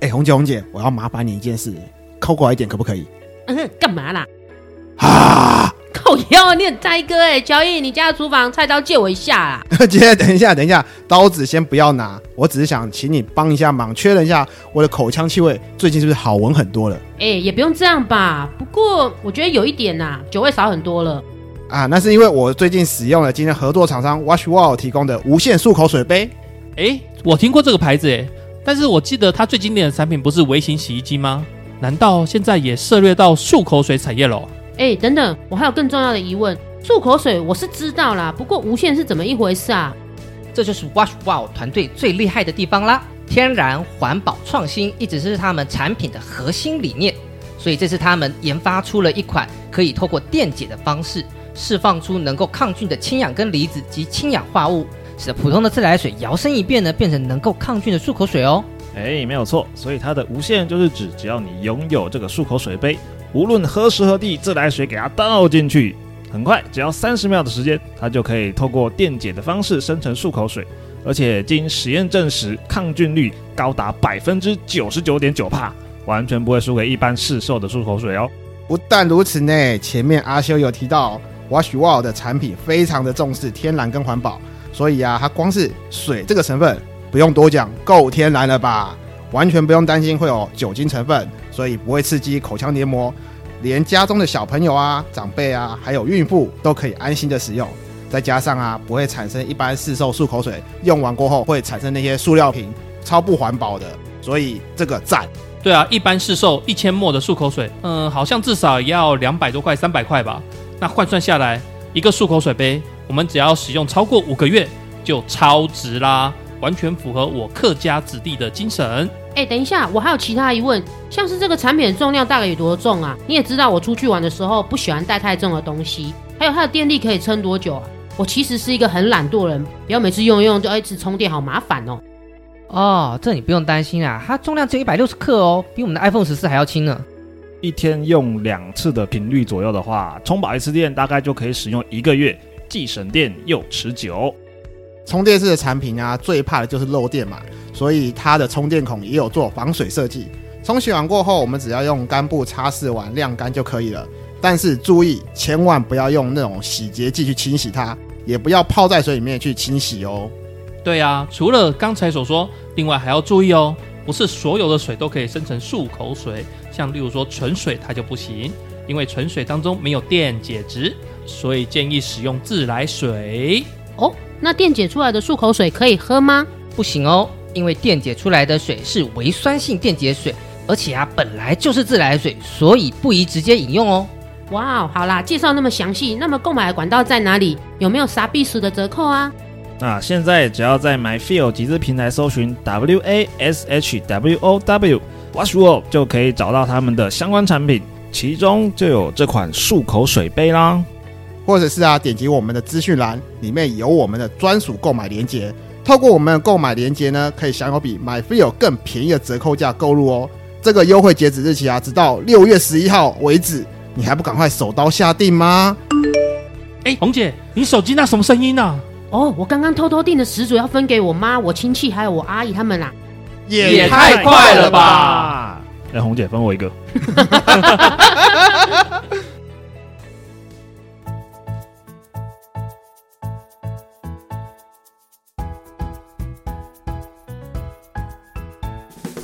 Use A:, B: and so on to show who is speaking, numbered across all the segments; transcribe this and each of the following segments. A: 哎红姐红姐，我要麻烦你一件事，靠过来一点可不可以？
B: 嗯，干嘛啦？
A: 啊！
B: 靠腰，你很呆哥哎！乔伊，你家的厨房菜刀借我一下啦！
A: 姐，等一下，等一下，刀子先不要拿，我只是想请你帮一下忙，确认一下我的口腔气味最近是不是好闻很多了
B: 哎、也不用这样吧。不过我觉得有一点呐、酒味少很多了。
A: 啊？那是因为我最近使用了今天合作厂商 Wash Wall 提供的无线漱口水杯。
C: 诶，我听过这个牌子诶，但是我记得它最经典的产品不是微型洗衣机吗？难道现在也涉猎到漱口水产业了哦？
B: 哎、等等，我还有更重要的疑问。漱口水我是知道啦，不过无线是怎么一回事啊？
D: 这就是 Wash Wow 团队最厉害的地方啦！天然、环保、创新一直是他们产品的核心理念，所以这次他们研发出了一款可以透过电解的方式，释放出能够抗菌的氢氧根离子及氢氧化物，使得普通的自来水摇身一变呢，变成能够抗菌的漱口水哦。
E: 哎，没有错，所以它的无限就是指，只要你拥有这个漱口水杯，无论何时何地，自来水给它倒进去，很快，只要三十秒的时间，它就可以透过电解的方式生成漱口水，而且经实验证实，抗菌率高达百分之九十九点九帕，完全不会输给一般市售的漱口水哦。
A: 不但如此呢，前面阿修有提到 Wash Wall 的产品非常的重视天然跟环保，所以啊，它光是水这个成分不用多讲，够天然了吧？完全不用担心会有酒精成分，所以不会刺激口腔黏膜，连家中的小朋友啊、长辈啊，还有孕妇都可以安心的使用。再加上啊，不会产生一般市售漱口水用完过后会产生那些塑料瓶，超不环保的，所以这个赞。
C: 对啊，一般市售一千沫的漱口水，嗯，好像至少也要两百多块、三百块吧。那换算下来，一个漱口水杯，我们只要使用超过五个月，就超值啦，完全符合我客家子弟的精神。
B: 哎、等一下，我还有其他疑问，像是这个产品的重量大概有多重啊？你也知道我出去玩的时候不喜欢带太重的东西，还有它的电力可以撑多久啊？我其实是一个很懒惰的人，不要每次用一用就哎要一直充电，好麻烦哦。
D: 哦，这你不用担心啊，它重量只有一百六十克哦，比我们的 iPhone 十四还要轻呢。
E: 一天用两次的频率左右的话，充饱一次电大概就可以使用一个月，既省电又持久。
A: 充电式的产品啊，最怕的就是漏电嘛，所以它的充电孔也有做防水设计。冲洗完过后，我们只要用干布擦拭完晾干就可以了。但是注意，千万不要用那种洗洁剂去清洗它，也不要泡在水里面去清洗哦。
C: 对啊，除了刚才所说，另外还要注意哦，不是所有的水都可以生成漱口水，像例如说纯水它就不行，因为纯水当中没有电解质，所以建议使用自来水。
B: 哦，那电解出来的漱口水可以喝吗？
D: 不行哦，因为电解出来的水是微酸性电解水，而且啊本来就是自来水，所以不宜直接饮用哦。
B: 哇哦，好啦，介绍那么详细，那么购买的管道在哪里？有没有啥避暑的折扣啊？
E: 那现在只要在 MyFeel 集资平台搜寻 W A S H W O W Washwo 就可以找到他们的相关产品，其中就有这款漱口水杯啦。
A: 或者是啊，点击我们的资讯栏，里面有我们的专属购买链接。透过我们的购买链接呢，可以享有比 MyFeel 更便宜的折扣价购入哦。这个优惠截止日期啊，直到六月十一号为止，你还不赶快手刀下定吗？
C: 哎，红姐，你手机那什么声音啊？
B: 哦，我刚刚偷偷订的十组要分给我妈、我亲戚还有我阿姨他们啦。
C: 也太快了吧！
E: 哎，红姐分我一个。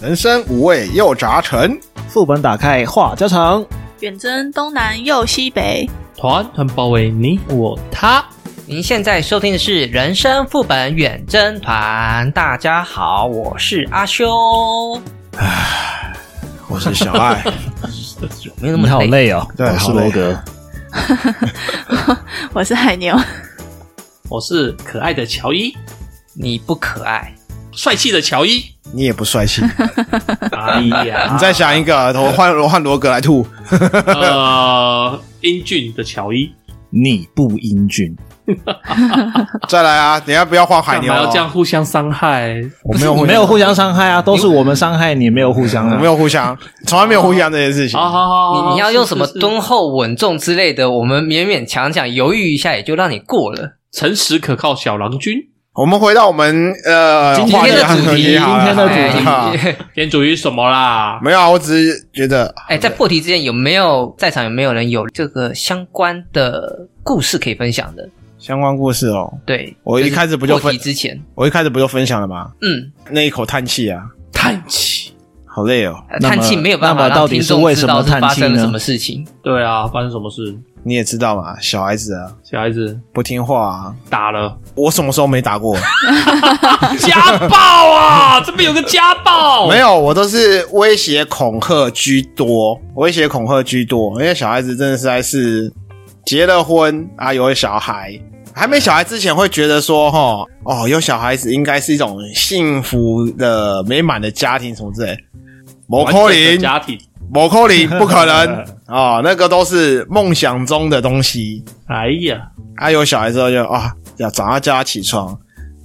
A: 人生五味又杂陈，
F: 副本打开话家常，
G: 远征东南又西北，
C: 团团包围你我他。
D: 您现在收听的是《人生副本远征团》，大家好，我是阿修，
F: 我是小 爱，
D: 没有那么累。
F: 哦，
A: 对
F: 我是
A: 好累
F: 罗格，
G: 我是海 牛。
H: 我是可爱的乔伊，
D: 你不可爱，
H: 帅气的乔伊。
F: 你也不帅气，
H: 哎呀
A: 你再想一个，我换我换罗格 来吐。
H: 呃，英俊的乔伊，
F: 你不英俊，
A: 再来啊！等一下不要换海
H: 干
A: 牛、
H: 嘛
A: 哦
H: 要这，样互相伤害？
A: 我没有 互
F: 没有互相伤害啊，都是我们伤害你，没有互相
A: 我
F: 啊，
A: 没有互相，从来没有互相这件事情。
H: 好好好好，
D: 你你要用什么
H: 是是是
D: 敦厚稳重之类的，我们勉勉强强犹豫一下也就让你过了。
H: 诚实可靠小郎君，
A: 我们回到我们呃
I: 今
A: 话
I: 天
D: 的
A: 题
D: 主题
A: 好
I: 今天的
A: 了
I: 主题
A: 好了好了
D: 哎
C: 天主于什么啦？
A: 没有啊，我只是觉得
D: 哎，在破题之前有没有在场有没有人有这个相关的故事可以分享的？
E: 相关故事哦，
D: 对，
E: 我一开始不就是
D: 破
E: 分
D: 题之前，
E: 我一开始不就分享了吗？
D: 嗯，
E: 那一口叹气啊，
C: 叹气。
E: 好累哦。
D: 呃
E: 那么
D: 叹气没有办
E: 那
D: 法
E: 么
D: 让
E: 到底
D: 听
E: 是
D: 众
E: 为
D: 知
E: 什
D: 道
E: 么
D: 是
E: 叹
D: 发
E: 气
D: 生了什
E: 呢
D: 么？事情。
C: 对啊，发生什么事？
E: 你也知道嘛，小孩子啊，
C: 小孩子
E: 不听话啊。
C: 打 了，
E: 我什么时候没打过？
C: 家暴啊！ 这边有个家暴，
A: 没有，我都是威胁恐吓居多，威胁恐吓居多，因为小孩子真的实在是结了婚啊，有了小孩，还没小孩之前会觉得说，哈，哦，有小孩子应该是一种幸福的美满的家庭什么之类。某
C: 完
A: 扣
C: 整的
A: 零，
C: 家庭。
A: 某扣零，不可 能哦，那个都是梦想中的东西。
C: 哎呀，
A: 啊，有小孩之后就啊，要早上叫他起床，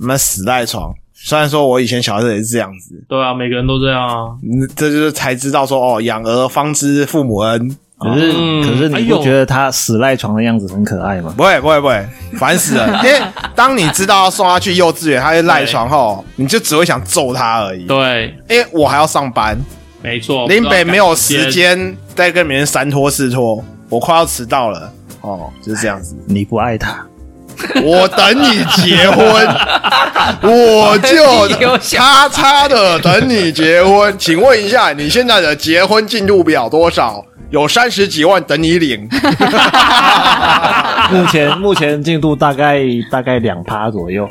A: 那死赖床。虽然说我以前小孩子也是这样子，
C: 对啊，每个人都这样啊。
A: 嗯，这就是才知道说哦，养儿方知父母恩。
E: 可是、
C: 嗯
E: 可是
C: 哎
E: 你
C: 呦
E: 不觉得他死赖床的样子很可爱吗？
A: 不会不会不会，烦死了！因为当你知道要送他去幼稚园，他会赖床后，你就只会想揍他而已。
C: 对，
A: 因为我还要上班，
C: 没错。
A: 林北没有
C: 不
A: 时
C: 知道赶
A: 间再跟别人三拖四拖，我快要迟到了
F: 哎
A: 哦，就是这样 子。
E: 你不爱他，
A: 我等你结婚，我
D: 你有
A: 就
D: 想
A: 叉叉的等你结婚。请问一下，你现在的结婚进度表多少？有三十几万等你领。
E: 目前目前进度大概大概两趴左右。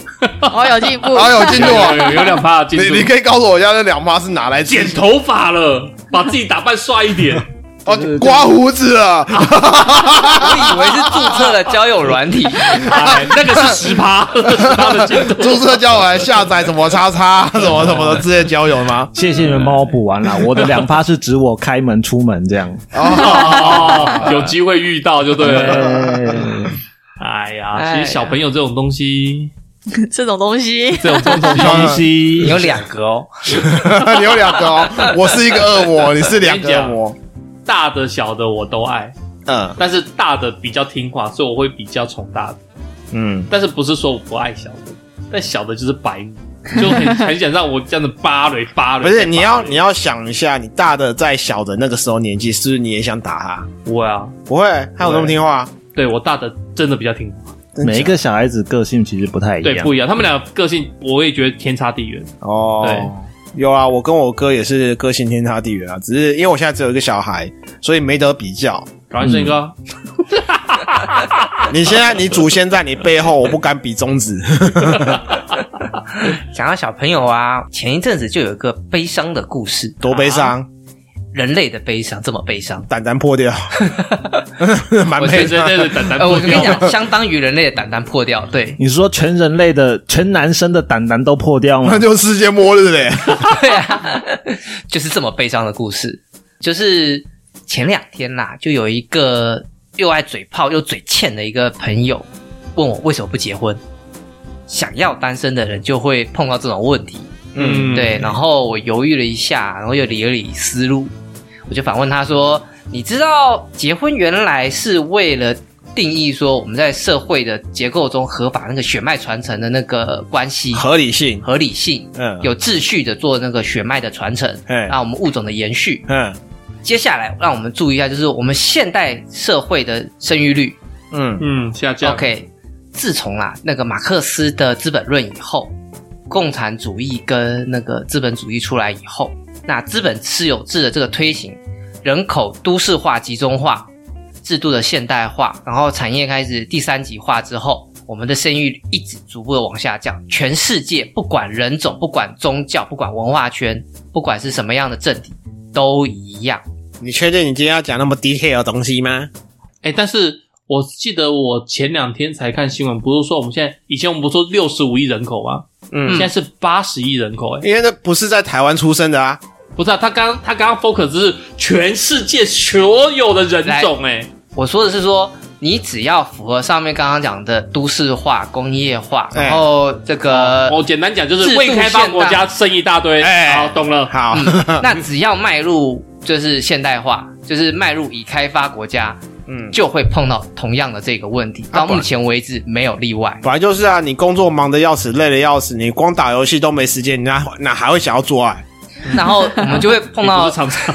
G: 我有进步，
A: 好有进度
C: 有有
A: 啊！
C: 有有两趴的进
A: 你
C: 度
A: 你可以告诉我一下，那两趴是哪来
C: 剪
A: 剪？
C: 头发了，把自己打扮帅 一点。
A: 哦，刮胡子啊！
D: 我以为是注册了交友软体，
C: 哎，那个是 十趴，十趴的进度。
A: 注册交友还下载什么叉 叉什么什么的之类的交友吗？
E: 谢谢你们帮我补完了，我的两趴是指我开门出门这样。
C: 哦，有机会遇到就对 了。哎呀，
D: 哎
C: 其
D: 呀
C: 实小朋友这种东西，
G: 这种东西，
C: 这种这种
E: 东
D: 你
E: 西
D: 有两个哦，
A: 你有两个哦，我是一个恶魔，你是两个恶魔。
C: 大的小的我都爱，
A: 嗯
C: 但是大的比较听话，所以我会比较宠大的。
A: 嗯，
C: 但是不是说我不爱小的，但小的就是白目，就很很想让我这样子扒雷扒雷。
A: 不是，
C: 再扒
A: 你要
C: 雷
A: 你要想一下，你大的在小的那个时候年纪，是不是你也想打他？
C: 不会啊，
A: 不会，他有那么听哦话？
C: 对我大的真的比较听话，
E: 每一个小孩子个性其实不太一
C: 对
E: 样，
C: 不一样。他们俩个性我也觉得天差地远。对
A: 哦，有啊，我跟我哥也是个性天差地远啊，只是因为我现在只有一个小孩，所以没得比较。
C: 然后森哥，
A: 你现在你祖先在你背后，我不敢比中指。
D: 讲到小朋友啊，前一阵子就有一个悲伤的故事，
A: 多悲伤，
C: 啊
D: 人类的悲伤，这么悲伤。
A: 胆胆 破掉， 蛮
C: 我
A: 配
C: 对对
A: 的。
C: 对，等等
D: 呃，我
C: 不
D: 跟你
C: 掉。
D: 讲，相当于人类的胆胆破掉，对
E: 你是说全人类的全男生的胆囊都破掉吗
A: 那？就世界末日嘞！
D: 对啊，就是这么悲伤的故事。就是前两天啦，就有一个又爱嘴炮又嘴欠的一个朋友问我为什么不结婚。想要单身的人就会碰到这种问题，
C: 嗯，
D: 对，然后我犹豫了一下，然后又理了理思路，我就反问他说：“你知道结婚原来是为了定义说我们在社会的结构中合法那个血脉传承的那个关系
A: 合理性，
D: 合理性，
A: 嗯，
D: 有秩序的做那个血脉的传承，
A: 哎，
D: 让我们物种的延续。
A: 嗯
D: 接下来让我们注意一下，就是我们现代社会的生育率
A: 嗯
C: 嗯，下降。
D: OK，自从啊那个马克思的《资本论》以后，共产主义跟那个资本主义出来以后，那资本私有制的这个推行，人口都市化、集中化，制度的现代化，然后产业开始第三极化之后。我们的生育率一直逐步的往下降，全世界不管人种、不管宗教、不管文化圈、不管是什么样的政体，都一样。
A: 你确定你今天要讲那么 detail 的东西吗？
C: 哎，但是我记得我前两天才看新闻，不是说我们现在以前我们不是说六十五亿人口吗？
A: 嗯
C: 现在是八十亿人口，哎，
A: 因为那不是在台湾出生的啊，
C: 不是啊，他刚他刚刚 focus 是全世界所有的人种，哎，
D: 我说的是说，你只要符合上面刚刚讲的都市化、工业化，
A: 哎哦
D: 然后这个，
C: 我哦简单讲就
D: 呃制
C: 是
D: 度
C: 未开发国家生一大堆，
A: 哎
C: 好懂了，
A: 好，
D: 那只要迈入就是现代化，就是迈入已开发国家，
A: 嗯，
D: 就会碰到同样的这个问题。
A: 啊
D: 到
A: 不然
D: 目前为止没有例外。
A: 本来就是啊，你工作忙得要死，累得要死，你光打游戏都没时间，你哪哪还会想要做爱？
D: 然后我们就会 碰
C: 也不
D: 到
C: 是常 常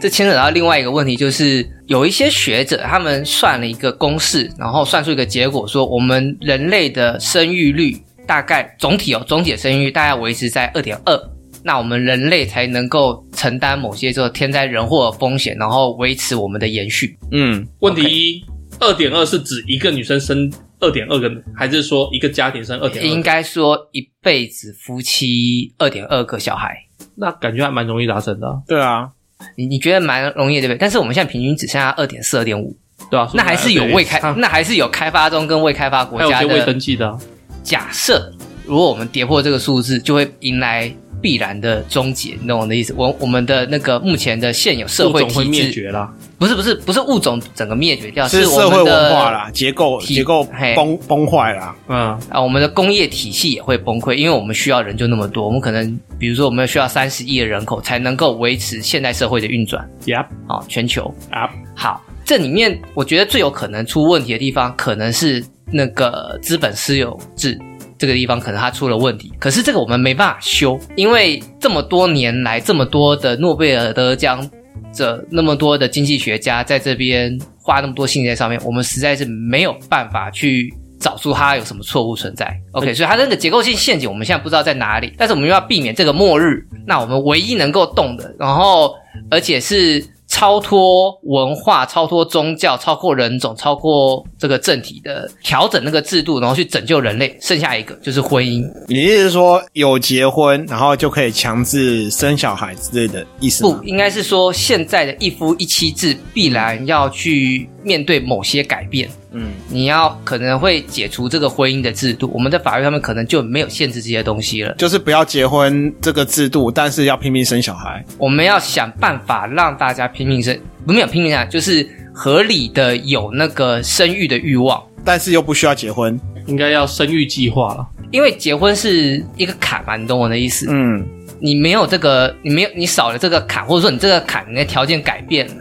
D: 这牵扯到另外一个问题，就是有一些学者他们算了一个公式，然后算出一个结果，说我们人类的生育率大概总体哦，总体的生育率大概维持在二点二，那我们人类才能够承担某些这个天灾人祸的风险，然后维持我们的延续。
A: 嗯，
C: 问题一，二点二是指一个女生生二点二个，还是说一个家庭生二点
D: 应
C: 二？
D: 该说一辈子夫妻二点二个小孩，
C: 那感觉还蛮容易达成的啊、
A: 对啊，
D: 你你觉得蛮容易的对不对？但是我们现在平均只剩下二点四、二点五，
C: 对啊，
D: 那还是有未开，那还是有开发中跟未开发国
C: 还有
D: 家
C: 些
D: 的
C: 未登记的啊、
D: 假设如果我们跌破这个数字，就会迎来必然的终结，你懂我的意思？我我们的那个目前的现有社
C: 物
D: 会
C: 种会
D: 体
C: 灭
D: 制，
C: 绝啦。
D: 不是不是不是物种整个灭绝掉，
A: 是
D: 我们
A: 社会文
D: 的
A: 化啦，结构
D: 体
A: 结构
D: 嘿
A: 崩崩坏啦。
C: 嗯，
D: 啊，我们的工业体系也会崩溃，因为我们需要人就那么多，我们可能比如说我们需要三十亿的人口才能够维持现代社会的运转。
C: 呀，
D: 啊，全球
C: Up
D: 好，这里面我觉得最有可能出问题的地方，可能是那个资本私有制这个地方，可能它出了问题。可是这个我们没办法修，因为这么多年来，这么多的诺贝尔得奖者，那么多的经济学家在这边花那么多心力在上面，我们实在是没有办法去。找出它有什么错误存在，OK，所以它那个结构性陷阱，我们现在不知道在哪里，但是我们又要避免这个末日，那我们唯一能够动的，然后而且是超脱文化、超脱宗教、超过人种、超过这个政体的调整那个制度，然后去拯救人类。剩下一个就是婚姻，
A: 你意思是说有结婚，然后就可以强制生小孩之类的意思
D: 不
A: 吗？
D: 应该是说现在的一夫一妻制必然要去面对某些改变。
A: 嗯，
D: 你要可能会解除这个婚姻的制度，我们在法律上面可能就没有限制这些东西了。
A: 就是不要结婚这个制度，但是要拼命生小孩。
D: 我们要想办法让大家拼命生，没有拼命啊，就是合理的有那个生育的欲望。
A: 但是又不需要结婚。
C: 应该要生育计划了。
D: 因为结婚是一个坎嘛，你懂我的意思？
A: 嗯，
D: 你没有这个，你没有，你少了这个坎，或者说你这个坎，你的条件改变了，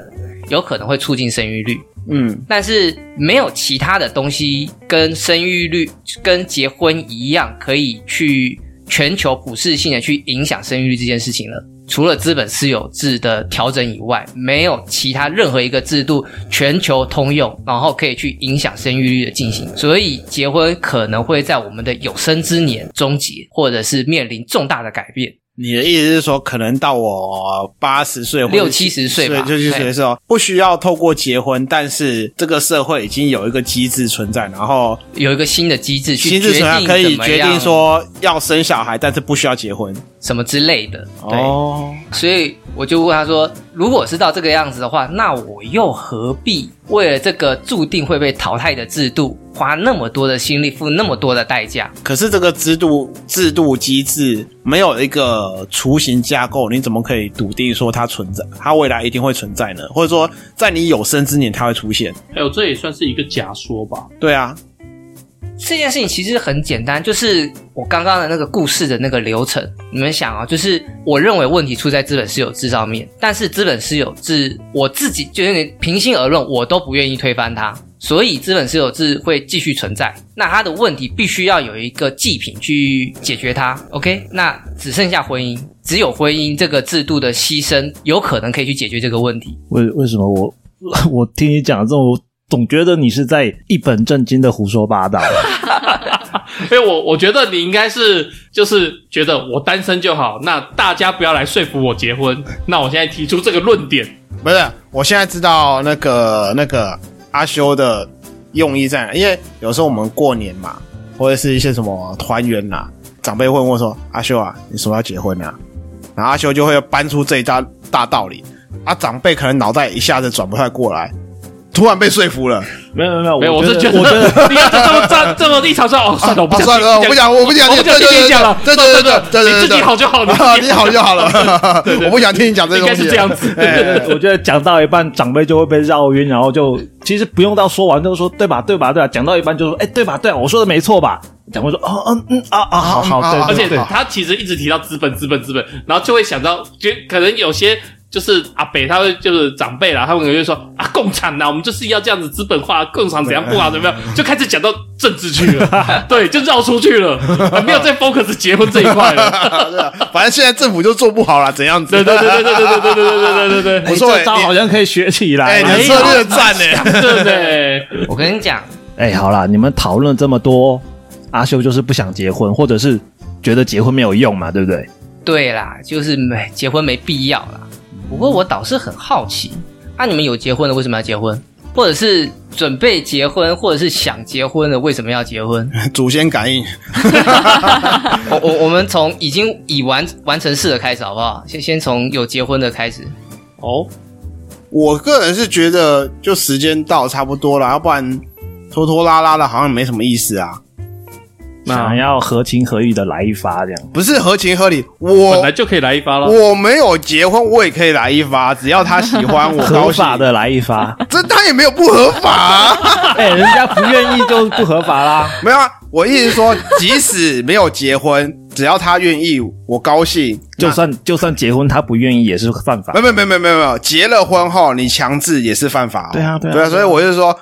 D: 有可能会促进生育率。
A: 嗯，
D: 但是没有其他的东西跟生育率、跟结婚一样，可以去全球普世性的去影响生育率这件事情了。除了资本私有制的调整以外，没有其他任何一个制度全球通用，然后可以去影响生育率的进行。所以，结婚可能会在我们的有生之年终结，或者是面临重大的改变。
A: 你的意思是说，可能到我八十岁或者
D: 六七十岁吧
A: 六七十岁的时候，不需要透过结婚，但是这个社会已经有一个机制存在，然后
D: 有一个新的机制去
A: 机
D: 决
A: 制存在
D: 定
A: 可以
D: 怎么
A: 决定
D: 样
A: 说要生小孩，但是不需要结婚。
D: 什么之类的。对。
A: 哦，
D: 所以我就问他说：“如果是到这个样子的话，那我又何必为了这个注定会被淘汰的制度，花那么多的心力，付那么多的代价
A: 可是这个制度制度机制没有一个雏形架构，你怎么可以笃定说它存在，它未来一定会存在呢？或者说，在你有生之年它会出现？
C: 还有这也算是一个假说吧。
A: 对啊，？”
D: 这件事情其实很简单，就是我刚刚的那个故事的那个流程。你们想啊，就是我认为问题出在资本私有制上面，但是资本私有制我自己就是你平心而论，我都不愿意推翻它。所以资本私有制会继续存在。那它的问题必须要有一个祭品去解决它。OK，那只剩下婚姻，只有婚姻这个制度的牺牲，有可能可以去解决这个问题。
E: 为为什么我 我听你讲这种，我总觉得你是在一本正经的胡说八道。
C: 所以我我觉得你应该是就是觉得我单身就好，那大家不要来说服我结婚。那我现在提出这个论点，
A: 不是，我现在知道那个那个阿修的用意在哪，因为有时候我们过年嘛，或者是一些什么团圆啦，长辈会问我说：“阿修啊，你什么时候要结婚啊？”然后阿修就会搬出这一大大道理，啊，长辈可能脑袋一下子转不太过来，突然被说服了，
E: 没有没有
C: 没有，
E: 我
C: 我是觉
E: 我觉得
C: 你要这么站这么立场上， 哦，算了，我不
A: 啊
C: 想
A: 算了，我不讲，我不讲，
C: 我不想听你讲了，
A: 对对对对对对对，
C: 你自己好就好了，
A: 啊， 你好就好 了， 我不想听你讲这
C: 应
A: 东
C: 该
A: 西
C: 是
A: 了，
C: 这样子。
A: 哎
E: 呃我觉得 讲到一半，长辈就会被绕晕，然后就其实不用到说完，就说对吧，对吧，对吧。讲到一半就说，哎，对吧，对啊，我说的没错吧？长辈说，哦，嗯嗯啊啊，好
A: 啊
E: 好，
A: 啊
E: 对
A: 啊
C: 而
E: 对
C: 且
E: 对。
C: 他其实一直提到资本，资本，资本，然后就会想到，就可能有些就是阿北他会就是长辈啦，他们可能就说啊，共产呐，我们就是要这样子资本化，共产怎样不好怎么样，就开始讲到政治去了，对，就绕出去了，没有再 focus 结婚这一块了。
A: 对啊，反正现在政府就做不好了，怎样子？
C: 对对对对对对对对对对对对对，
A: 不错
E: 哎这招
A: 你
E: 好像可以学起 来。
A: 哎，你的策略赞呢？
C: 对对，
D: 我跟你讲，
E: 哎，好啦，你们讨论这么多，阿修就是不想结婚，或者是觉得结婚没有用嘛，对不对？
D: 对啦，就是没结婚没必要啦。
C: 嗯
D: 不过我倒是很好奇，啊，你们有结婚的为什么要结婚？或者是准备结婚，或者是想结婚的为什么要 结婚？
A: 祖先感应，
D: 我我我们从已经已完完成式的开始好不好？先先从有结婚的开始。
C: 哦，
J: 我个人是觉得，就时间到差不多了，要不然拖拖拉拉的，好像没什么意思啊。
E: 想要合情合意的来一发这样。
J: 不是合情合理，
C: 本
J: 我
C: 来就可以来一发了。
J: 我没有结婚，我也可以来一发，只要他喜欢我，
E: 合
J: 高兴
E: 法，的来一发，
J: 这他也没有不合法、啊。
E: 哎、人家不愿意就不合法 啦。
J: 没有啊，我意思说，即使没有结婚，只要他愿意，我高 兴。
E: 就算就算结婚，他不愿意也是犯法
J: 没。有没有没有没有没有，结了婚后你强制也是犯法、哦。
E: 对啊对啊
J: 对啊，所以我就说，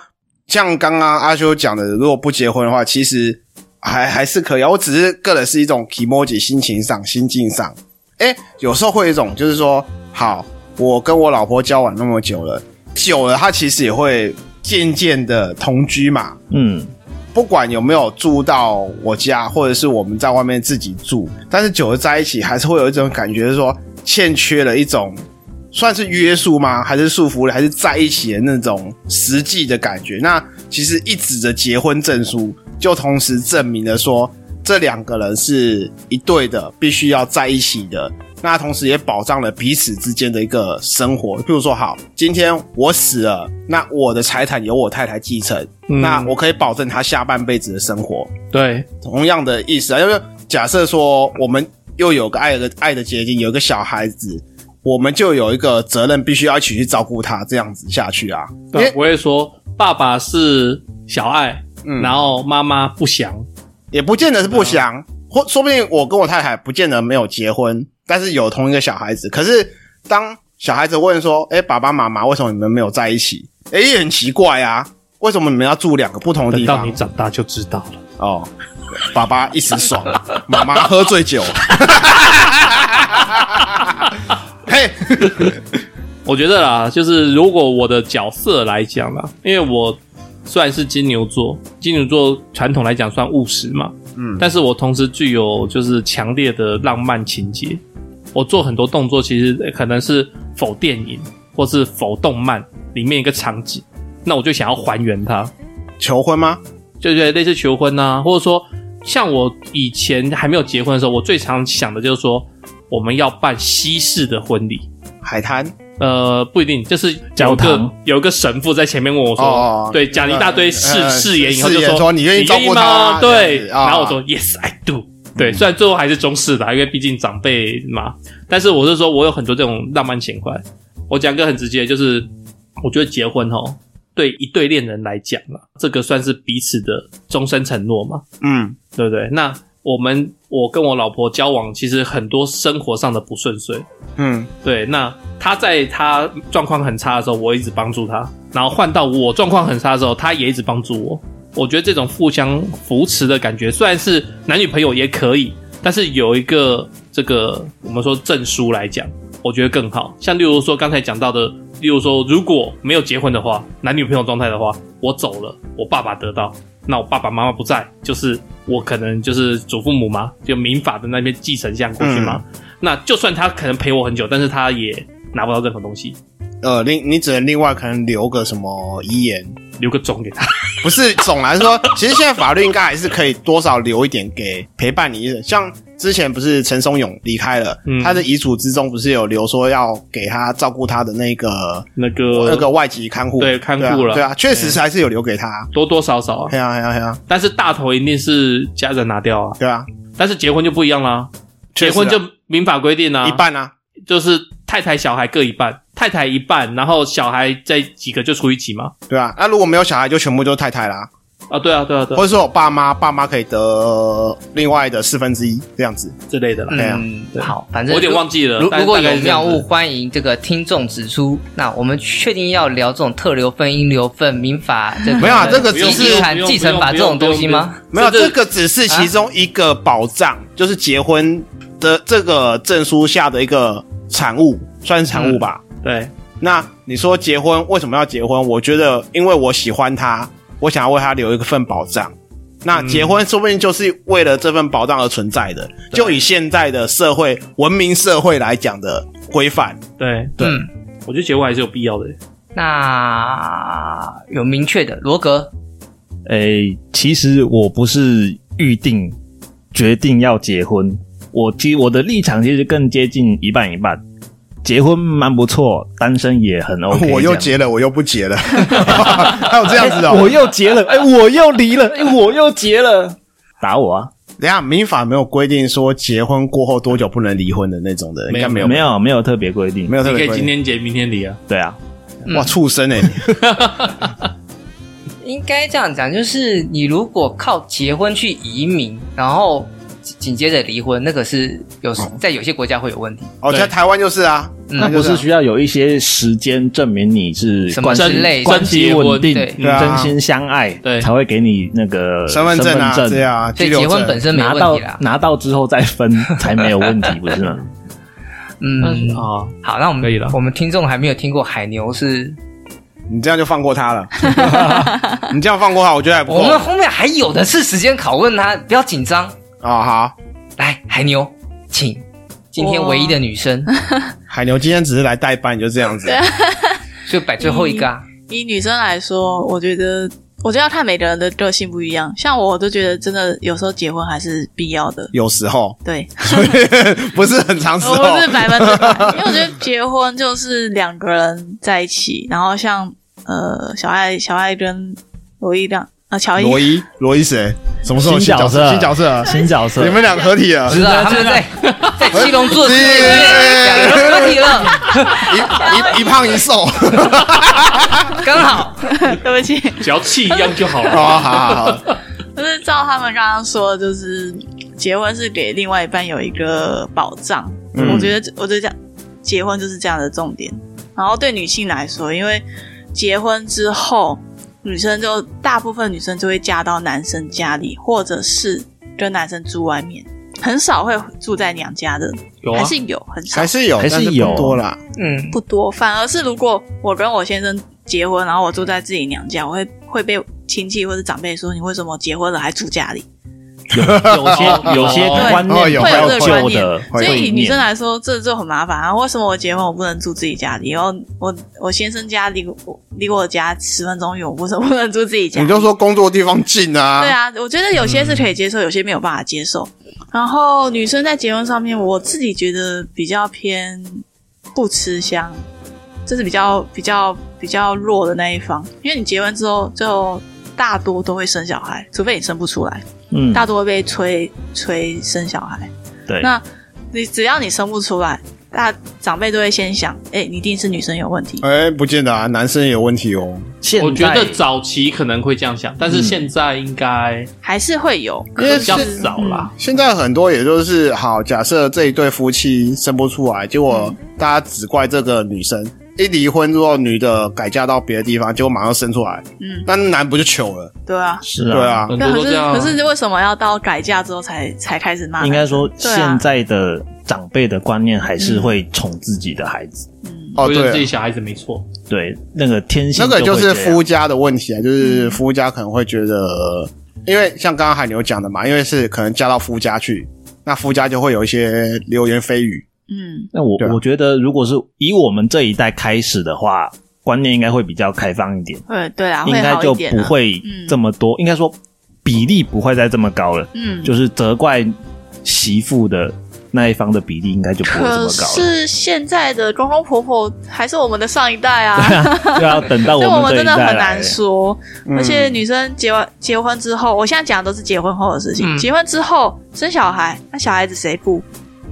J: 像刚刚阿修讲的，如果不结婚的话，其实还还是可以啊。我只是个人是一种 emoji 心情上、心境上。哎，有时候会有一种就是说，好，我跟我老婆交往那么久了，久了她其实也会渐渐的同居嘛。
E: 嗯，
J: 不管有没有住到我家，或者是我们在外面自己住，但是久了在一起，还是会有一种感觉，是说欠缺了一种算是约束吗？还是束缚了？还是在一起的那种实际的感觉？那其实一纸的结婚证书，就同时证明了说这两个人是一对的，必须要在一起的。那同时也保障了彼此之间的一个生活。譬如说，好，今天我死了，那我的财产由我太太继承，
C: 嗯
J: 那我可以保证她下半辈子的生活。
C: 对，
J: 同样的意思啊，就是假设说我们又有个爱的爱的结晶，有一个小孩子，我们就有一个责任，必须要一起去照顾他，这样子下去啊。因
C: 对
J: 为
C: 不会说爸爸是小爱，
J: 嗯
C: 然后妈妈不祥，
J: 也不见得是不祥，或说不定我跟我太太不见得没有结婚，但是有同一个小孩子。可是当小孩子问说：“哎、爸爸妈妈，为什么你们没有在一起？”哎、也很奇怪啊，为什么你们要住两个不同的
C: 等
J: 地
C: 到
J: 方
C: 你？长大就知道了。
J: 哦，爸爸一时爽，妈妈喝醉 酒。嘿，
C: 我觉得啦，就是如果我的角色来讲啦，因为我虽然是金牛座，金牛座传统来讲算务实嘛，嗯，但是我同时具有就是强烈的浪漫情节。我做很多动作，其实可能是否电影或是否动漫里面一个场景，那我就想要还原它。
J: 求婚吗？
C: 就是类似求婚呐、或者说像我以前还没有结婚的时候，我最常想的就是说，我们要办西式的婚礼。
J: 海滩
C: 呃，不一定，就是有
E: 教
C: 个
E: 堂
C: 有个神父在前面问我说，
J: 哦
C: 对，讲了一大堆誓
J: 呃
C: 誓言以后
J: 誓
C: 就
J: 言说你愿意
C: 你
J: 照
C: 愿意
J: 顾他
C: 吗？
J: 这样
C: 对，
J: 子啊嗯
C: 然后我说 Yes I do。对，虽然最后还是中式的啊，因为毕竟长辈嘛，但是我是说我有很多这种浪漫情怀。我讲个很直接，就是我觉得结婚哦，对一对恋人来讲啊，这个算是彼此的终身承诺嘛。
J: 嗯，
C: 对不对？那我们我跟我老婆交往，其实很多生活上的不顺遂，
J: 嗯，
C: 对。那她在她状况很差的时候，我一直帮助她，然后换到我状况很差的时候，她也一直帮助我。我觉得这种互相扶持的感觉，虽然是男女朋友也可以，但是有一个这个我们说证书来讲，我觉得更好。像例如说刚才讲到的，例如说如果没有结婚的话，男女朋友状态的话，我走了，我爸爸得到，那我爸爸妈妈不在，就是我可能就是祖父母嘛，就民法的那边继承项过去嘛。
J: 嗯
C: 那就算他可能陪我很久，但是他也拿不到任何东西，
J: 呃，另你只能另外可能留个什么遗言，
C: 留个种给他。
J: 不是总来说，其实现在法律应该还是可以多少留一点给陪伴你的。像之前不是陈松勇离开了，
C: 嗯
J: 他的遗嘱之中不是有留说要给他照顾他的那个呃
C: 那个
J: 那个外籍看护，
C: 呃对看护了
J: 对啊对啊，确实是还是有留给他。
C: 多多少少啊，
J: 嘿啊嘿啊嘿啊，
C: 但是大头一定是家人拿掉啊。
J: 对啊，
C: 但是结婚就不一样啦，
J: 确
C: 结
J: 实啊
C: 婚就民法规定啊，
J: 一半啊，
C: 就是太太小孩各一半，太太一半，然后小孩再几个就除以几嘛。
J: 啊对啊。那如果没有小孩，就全部都太太啦。
C: 啊，对啊，对啊，对
J: 或
C: 啊
J: 者说我爸妈，爸妈可以得另外的四分之一这样子。
C: 之类的啦。
J: 哎呀
D: 嗯，
C: 对
D: 好，反
C: 我
D: 正
C: 有点忘记了。
D: 如
C: 但
D: 如果
C: 大概
D: 有
C: 是这
D: 妙
C: 样
D: 误，
C: 子，
D: 欢迎这个听众指出。那我们确定要聊这种特留份、应留份、民法 这个
J: 没有啊这个只
D: 遗
J: 是
D: 遗产
C: 不用
D: 继承法
C: 不
D: 这
C: 用
D: 种
C: 不用
D: 东西吗？
J: 没有，啊
C: 这个
J: 这个啊只是其中一个保障，就是结婚的这个证书下的一个产物，算是产物吧。
C: 对，
J: 那你说结婚为什么要结婚？我觉得，因为我喜欢他，我想要为他留一份保障。那结婚说不定就是为了这份保障而存在的。就以现在的社会文明社会来讲的规范，
C: 对，
J: 对
D: 嗯
C: 我觉得结婚还是有必要的。
D: 那有明确的，罗格
E: 诶、哎其实我不是预定决定要结婚，我其实我的立场其实更接近一半一半。结婚蛮不错，单身也很 OK。
J: 我又，结了，我又不结 了，还有这样子哦、
E: 我又结了，哎、我又离了，哎、我又结了， 打我啊！
J: 等一下民法没有规定说结婚过后多久不能离婚的那种的，应该没有
E: 没有没有特别规定
J: 没，有
C: 你
J: 特
C: 可
J: 别
C: 以
J: 规
C: 今
J: 定。
C: 天结，明天离啊。
E: 对啊，
J: 哇，畜生哎、
D: 应该这样讲，就是你如果靠结婚去移民，然后紧紧接着离婚，那个是有在有些国家会有问题。
J: 哦，在台湾就是啊，
D: 嗯
E: 那
J: 哦
E: 不
J: 就是
E: 是
J: 啊
E: 需要有一些时间证明你是
D: 什么
E: 关系
D: 之类的
E: 关系稳定、
D: 真结婚
J: 对
E: 嗯真心相爱，
C: 对
E: 才会给你那个
J: 身份证啊，
E: 身份
J: 对啊，
D: 所以
J: 居留
D: 结婚
J: 证
D: 本身没
E: 拿
D: 问
E: 到
D: 题啦。
E: 拿到之后再分才没有问题，不是吗？
D: 嗯，
C: 啊，
D: 好，那我们
C: 可以了
D: 我们听众还没有听过海牛是，
J: 你这样就放过他了， 你这样放过他，我觉得还不
D: 我
J: 够
D: 们
J: 啊、
D: 后面还有的是时间拷问他，不要紧张。
J: 哦好，
D: 来，海牛，请今天唯一的女生，
J: 海牛今天只是来代班，你就这样子。
D: 就摆最后一个啊。
G: 以女生来说，我觉得，我觉得要看每个人的个性不一样。像我，我都觉得真的有时候结婚还是必要的。
J: 有时候
G: 对，
J: 不是很长时
G: 我
D: 哦
J: 候，
G: 哦不是百分之百，因为我觉得结婚就是两个人在一起，然后像呃小爱、小爱跟罗伊这样，啊乔伊
J: 罗伊，罗伊谁？什么时候有
E: 新角色
J: 新角色，
E: 新角色
J: 你们俩合体了，啊
D: 知道他们在在七龙珠的 世界里面两个人合体了，
J: 一一一胖一瘦。
D: 刚好。
G: 对不起，
C: 只要气一样就好
J: 哦，
C: 了。
J: 好好好，
G: 就是照他们刚刚说，就是结婚是给另外一半有一个保障。
J: 嗯
G: 我觉得，我觉得这样，结婚就是这样的重点。然后对女性来说，因为结婚之后，女生就大部分女生就会嫁到男生家里，或者是跟男生住外面，很少会住在娘家的，
C: 有啊
G: 还，是有很少
J: 还是有，
E: 还是
J: 但不
E: 有
J: 多啦。
D: 嗯，
G: 不多。反而是如果我跟我先生结婚，然后我住在自己娘家，我会会被亲戚或者长辈说你为什么结婚了还住家里。
E: 有些有些观
J: 哦
E: 念
J: 有
E: 比较
G: 会有这个观
E: 旧
G: 念
E: 的，
G: 所以以
E: 会
G: 女生
E: 念
G: 来说，这就很麻烦啊！为什么我结婚我不能住自己家里？然后我我先生家离我离我家十分钟远，我不是不能住自己家
J: 你。就说工作地方近啊，嗯
G: 对，啊，我觉得有些是可以接受，有些没有办法接受。然后女生在结婚上面，我自己觉得比较偏不吃香，这是比较比较比较弱的那一方，因为你结婚之后就大多都会生小孩，除非你生不出来。
E: 嗯，
G: 大多会被催催生小孩。
E: 对
G: 那你只要你生不出来，大长辈都会先想，哎、你一定是女生有问题。
E: 嗯
J: 哎，不见得啊，男生也有问题哦。
E: 现在
C: 我觉得早期可能会这样想，但是现在应该
G: 还是会有，
J: 因为
C: 比较少啦。
J: 现在很多也就是好，假设这一对夫妻生不出来，结果大家只怪这个女生。一离婚之后，女的改嫁到别的地方，结果马上生出来，
G: 嗯，
J: 那男不就糗了？
G: 对啊。
E: 是
J: 对啊，
C: 很多
G: 那可
C: 都这
G: 是
C: 样啊。
G: 可是为什么要到改嫁之后才才开始骂？
E: 应该，说
G: 对啊
E: 现在的长辈的观念还是会宠自己的孩子，
G: 嗯，
J: 哦，
C: 觉得
J: 对
C: 自己
J: 啊，
C: 小孩子没错，
E: 对那个天性
J: 那个
E: 就
J: 就
E: 会
J: 是
E: 这样
J: 夫家的问题啊，就是夫家可能会觉得，因为像刚刚海牛讲的嘛，因为是可能嫁到夫家去，那夫家就会有一些流言蜚语。
G: 嗯，
E: 那我、
J: 对啊
E: 我觉得，如果是以我们这一代开始的话，观念应该会比较开放一点，
G: 会对啊，嗯
E: 应
G: 会
E: 该
G: 好
E: 就
G: 一点、
E: 不
G: 啊。
E: 会这么多，应该说比例不会再这么高了，
G: 嗯，
E: 就是责怪媳妇的那一方的比例应该就不会这
G: 可
E: 么高了。
G: 是现在的公公婆婆还是我们的上一代啊，
E: 就要等到
G: 所以
E: 啊我
G: 我们
E: 这
G: 真
E: 一
G: 的
E: 代
G: 很
E: 来
G: 难
E: 了，
G: 说。
J: 嗯
G: 而且女生结完结婚之后，我现在讲的都是结婚后的事情。
D: 嗯
G: 结婚之后生小孩，那小孩子谁顾？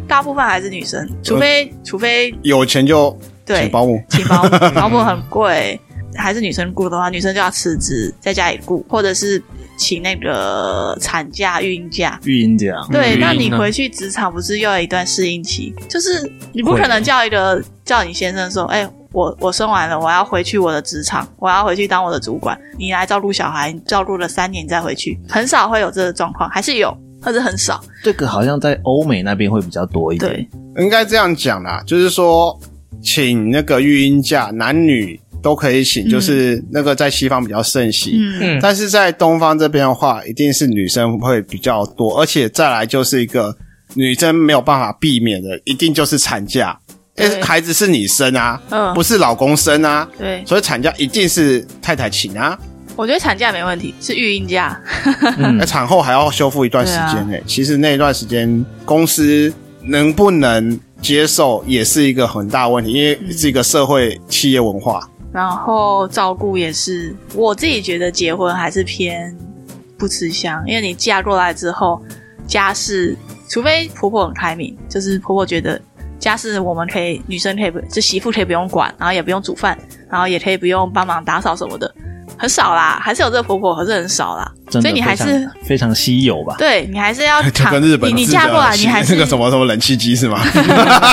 G: 大部分还是女生，除非、除非
J: 有钱就
G: 对
J: 请保姆，
G: 请保姆，保姆很贵，还是女生雇的话，女生就要辞职在家里雇，或者是请那个产假、孕假。
E: 育婴假，
G: 对，
C: 嗯
G: 那
C: 原
G: 你
C: 因呢
G: 回去职场不是又有一段适应期？就是你不可能叫一个叫你先生说，哎、我我生完了，我要回去我的职场，我要回去当我的主管，你来照顾小孩，你照顾了三年再回去，很少会有这个状况，还是有，或者很少。
E: 这个好像在欧美那边会比较多一点。
G: 对，
J: 应该这样讲啦，就是说，请那个育婴假，男女都可以请，
G: 嗯
J: 就是那个在西方比较盛行。
G: 嗯，
J: 但是在东方这边的话，一定是女生会比较多，而且再来就是一个女生没有办法避免的，一定就是产假。因为
G: 对
J: 孩子是你生啊，
G: 嗯
J: 不是老公生啊，
G: 对，
J: 所以产假一定是太太请啊。
G: 我觉得产假没问题，是育婴假。
E: 嗯
J: 那、，产后还要修复一段时间
G: 啊
J: 呢、其实那一段时间，公司能不能接受也是一个很大问题，因为是一个社会企业文化。
G: 然后照顾也是，我自己觉得结婚还是偏不吃香，因为你嫁过来之后，家事除非婆婆很开明，就是婆婆觉得家事我们可以女生可以不就媳妇可以不用管，然后也不用煮饭，然后也可以不用帮忙打扫什么的，很少啦，还是有这个婆婆，可是很少啦，
E: 真的
G: 所以你还
E: 非常
G: 是
E: 非常稀有吧？
G: 对你还是要
J: 就
G: 扛
J: 跟日本
G: 你你
J: 制的
G: 嫁过来，你还是
J: 那个什么什么冷气机是 吗？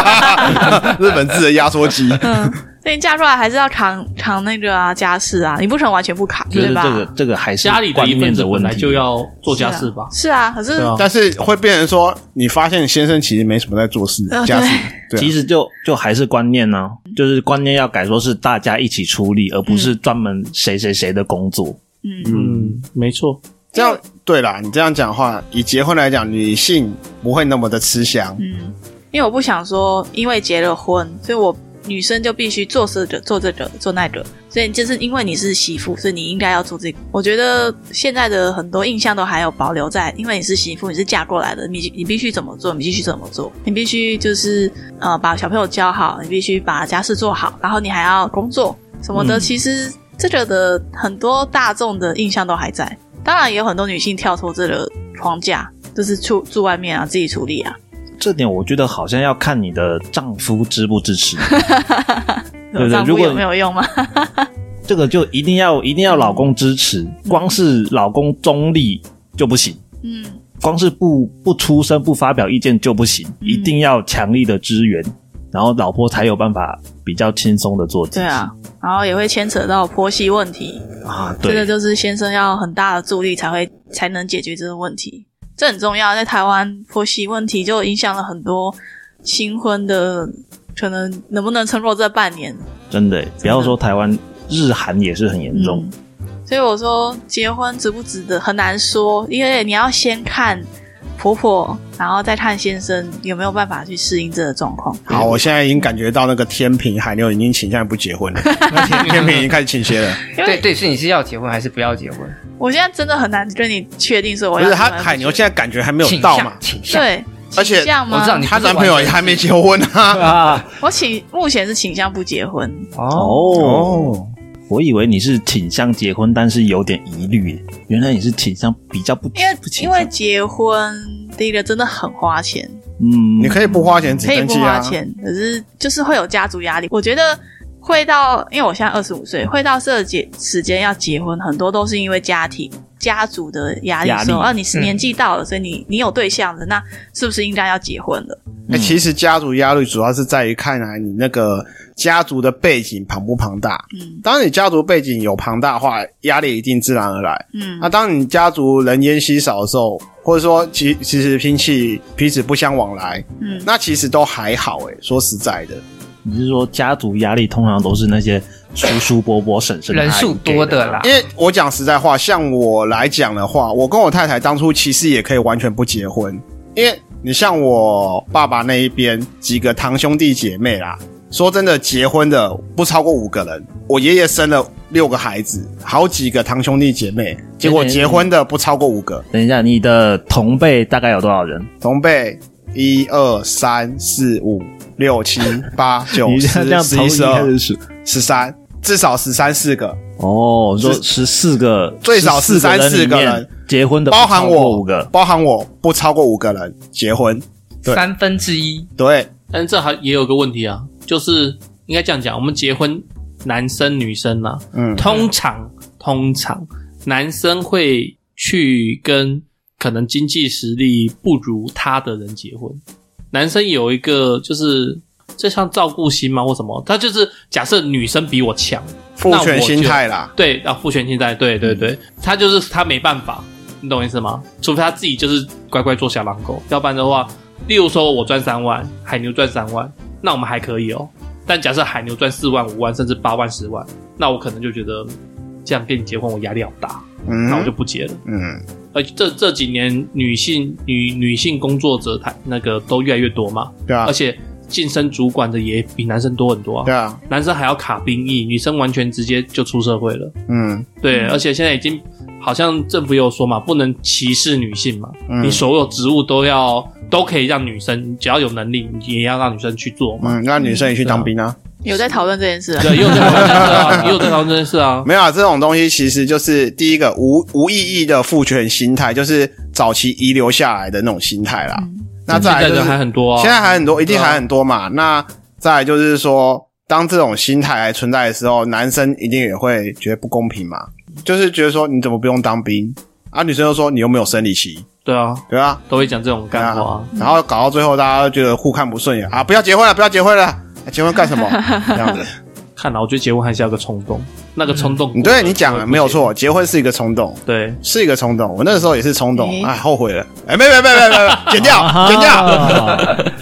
J: 日本制的压缩机，
G: 嗯，所以你嫁过来还是要扛扛那个啊家事啊，你不可能完全不扛，
E: 就
G: 对
E: 是
G: 吧？
E: 这个这个还是
K: 家里的
E: 观
K: 一
E: 念
K: 份子
E: 的
K: 本
E: 问
K: 来
E: 题，
K: 就要做家事吧？
G: 是啊，可是
K: 对啊
J: 但是会变成说，你发现先生其实没什么在做事
G: 呃，
J: 家事对啊
E: 其实就就还是观念呢、就是观念要改，说是大家一起出力，而不是
J: 嗯
E: 专门谁谁谁的工作。
G: 嗯。
K: 嗯，没错，
J: 这样对啦。你这样讲的话，以结婚来讲，女性不会那么的吃香。
G: 嗯，因为我不想说，因为结了婚，所以我女生就必须做这个、做这个、做那个。所以就是因为你是媳妇，所以你应该要做这个。我觉得现在的很多印象都还有保留在，因为你是媳妇，你是嫁过来的，你你必须怎么做，你必须怎么做，你必须就是呃把小朋友教好，你必须呃把家事做好，然后你还要工作什么的。
E: 嗯
G: 其实这个的很多大众的印象都还在，当然也有很多女性跳脱这个框架，就是出住外面啊，自己处理啊。
E: 这点我觉得好像要看你的丈夫支不支 持，对不对？
G: 丈
E: 如
G: 夫
E: 果
G: 有没有用吗？
E: 这个就一定要一定要老公支持，
J: 嗯
E: 光是老公中立就不行，
G: 嗯，
E: 光是不不出声不发表意见就不行，
G: 嗯
E: 一定要强力的支援，然后老婆才有办法比较轻松的做自
G: 对
E: 己
G: 啊，然后也会牵扯到婆媳问题，
E: 啊，
G: 这个
E: 对，
G: 就是先生要很大的助力才会才能解决这个问题，这很重要。在台湾，婆媳问题就影响了很多新婚的，可能能不能撑过这半年，
E: 真的不要说台湾，日韩也是很严重。
G: 嗯。所以我说，结婚值不值得很难说，因为你要先看婆婆，然后再看先生有没有办法去适应这个状况。
J: 好，我现在已经感觉到那个天平海牛已经倾向不结婚了，那天天平已经开始倾斜了。
D: 对对，是你是要结婚还是不要结婚？
G: 我现在真的很难跟你确定 说我
J: 不
G: 要
J: 是
G: 结婚
J: 他
G: 还
J: 海牛
G: 结
J: 现在感觉还没有
D: 倾
J: 到
D: 向
J: 嘛，
D: 倾向
G: 对，
J: 而且
G: 倾向吗？
D: 我知道你
J: 她男朋友还没结婚啊。
E: 啊
G: 我倾目前是倾向不结婚，
D: 哦，
E: 哦，我以为你是倾向结婚，但是有点疑虑耶，原来你是倾向比较不
G: 因为
E: 不倾
G: 因
E: 向
G: 为结婚第一个真的很花钱，
E: 嗯，
J: 你可以不花钱，只
G: 可以
J: 登
G: 不
J: 记
G: 花
J: 啊。
G: 钱，可是就是会有家族压力。我觉得会到，因为我现在二十五岁，会到这个结时间要结婚，很多都是因为家庭。家族的压力
E: 压力
G: 说，啊，你
D: 嗯
G: 是年纪到了，所以你你有对象了，那是不是应该要结婚了？
J: 哎、其实家族压力主要是在于看来你那个家族的背景庞不庞大。
G: 嗯
J: 当你家族背景有庞大化，压力一定自然而来。
G: 嗯
J: 那、当你家族人烟稀少的时候，或者说其其实亲戚彼此不相往来，
G: 嗯，
J: 那其实都还好、欸。说实在的，
E: 你是说家族压力通常都是那些叔叔伯伯、婶婶
D: 人
E: 阿姨
D: 数
E: 给
D: 多的啦
J: 因，为我讲实在话，像我来讲的话，我跟我太太当初其实也可以完全不结婚，因为你像我爸爸那一边几个堂兄弟姐妹啦，说真的，结婚的不超过五个人。我爷爷生了六个孩子，好几个堂兄弟姐妹，结果结婚的不超过五个，
E: 等一下，你的同辈大概有多少人？
J: 同辈一二三四五六七八九
E: 你这
J: 十
E: 样
J: 十一十
E: 从一开
J: 二
E: 始数
J: 十三，至少十三四个。
E: 哦，说
J: 是
E: 十四个，
J: 最少
E: 14
J: 13
E: 人里面
J: 个人
E: 结婚的，
J: 包含我
E: 五个，
J: 包含我不超过五个人结婚，对
D: 三分之一
J: 对。
K: 但这还也有个问题啊，就是应该这样讲，我们结婚
C: 啊
K: 男生女生啦、
J: 嗯
K: 通常通常男生会
C: 去跟可能经济实力不如他的人结婚。男生有一个就是这像照顾心吗或什么？他就是假设女生比我强，
J: 父权心态啦，
C: 对，啊，父权心态，对对对，他就是他没办法，你懂我意思吗？除非他自己就是乖乖做小狼狗，要不然的话，例如说我赚三万，海牛赚三万，那我们还可以哦。但假设海牛赚四万、五万，甚至八万、十万，那我可能就觉得这样跟你结婚我压力好大，
J: 嗯
C: 那我就不结了。
J: 嗯，
C: 而这这几年女性女女性工作者，她那个都越来越多嘛，
J: 对啊
C: 而，且晋升主管的也比男生多很多啊
J: 对。啊，
C: 男生还要卡兵役，女生完全直接就出社会了。
J: 嗯
C: 对，而且现在已经好像政府也有说嘛，不能歧视女性嘛，
J: 嗯
C: 你所有职务都要都可以让女生，只要有能力，你也要让女生去做嘛。
J: 嗯，让女生也去当兵啊。
G: 有在讨论这件事啊？
C: 对，也有在讨论这件事 啊，也有在讨论这件事啊。
J: 没有啊，这种东西其实就是第一个无无意义的父权心态，就是早期遗留下来的那种心态啦。那再
C: 现
J: 来
C: 在
J: 就是
C: 人还很多啊，
J: 现在还很多，一定还很多嘛。那再来就是说，当这种心态还存在的时候，男生一定也会觉得不公平嘛，就是觉得说你怎么不用当兵啊？女生又说你又没有生理期，
C: 对啊，
J: 对吧？
C: 都会讲这种
J: 对
C: 干话
J: 啊
C: 啊。，
J: 然后搞到最后，大家都觉得互看不顺眼啊！不要结婚了，不要结婚了，啊结婚干什么？这样子，
C: 看啊来我觉得结婚还是要有个冲动，那个冲动，
J: 你嗯对你讲了没有，错，结婚是一个冲动，
C: 对，
J: 是一个冲动。我那时候也是冲动，
G: 诶
J: 哎，后悔了，哎，没没没没 没
C: 哦
J: 没，剪掉，剪掉。
I: 啊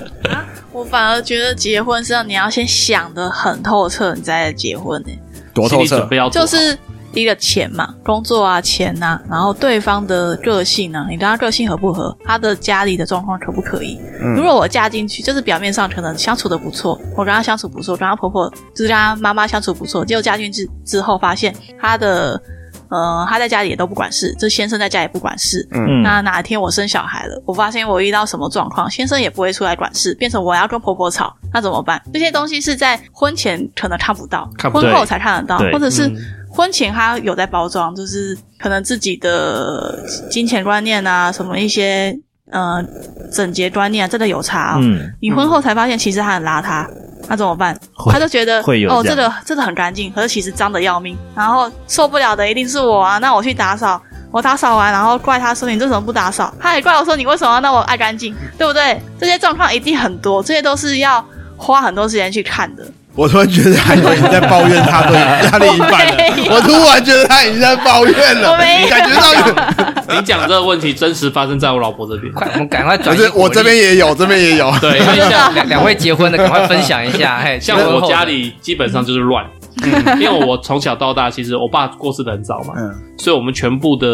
G: 我反而觉得结婚是要你要先想的很透彻，你再结婚呢、
J: 多
C: 心
J: 透
C: 理准
J: 彻
C: 备，要做好
G: 就是第一个钱嘛，工作啊，钱呐、然后对方的个性啊，你跟他个性合不合，他的家里的状况可不可以？如果我嫁进去，就是表面上可能相处的不错，我跟他相处不错，跟他婆婆就是跟他妈妈相处不错，结果嫁进去之后发现他的。呃，他在家里也都不管事，这先生在家也不管事，
E: 嗯，
G: 那哪天我生小孩了，我发现我遇到什么状况，先生也不会出来管事，变成我要跟婆婆吵，那怎么办？这些东西是在婚前可能看不到，
C: 看不到
G: 婚后才看得到
E: 对，
G: 或者是
C: 嗯
G: 婚前他有在包装，就是可能自己的金钱观念啊，什么一些呃整洁观念、啊、真的有差、哦。
E: 嗯，
G: 你婚后才发现其实他很邋遢，那怎么办？
E: 会
G: 他就觉得
E: 会有
G: 哦，
E: 这
G: 这
E: 样
G: 个这个很干净，可是其实脏的要命，然后受不了的一定是我啊！那我去打扫，我打扫完，然后怪他说你为什么不打扫，他也怪我说你为什么要那么爱干净，对不对？这些状况一定很多，这些都是要花很多时间去看的。
J: 我突然觉得海牛已经在抱怨他 对他另一 半了
G: 没，有
J: 我突然觉得他已经在抱怨了
G: 我，没有
J: 感觉到有。
C: 你讲这个问题真实发生在我老婆这边，
D: 快，我们赶快
J: 可
D: 转移
J: 是我
D: 火力
J: 这边也有，这边也有。
C: 对，因为像
D: 两两位结婚的，赶快分享一下。嘿，
C: 像
D: 结婚
C: 我
D: 后
C: 家里基本上就是乱，
G: 嗯
C: 因为我从小到大，其实我爸过世的很早嘛，
J: 嗯
C: 所以我们全部的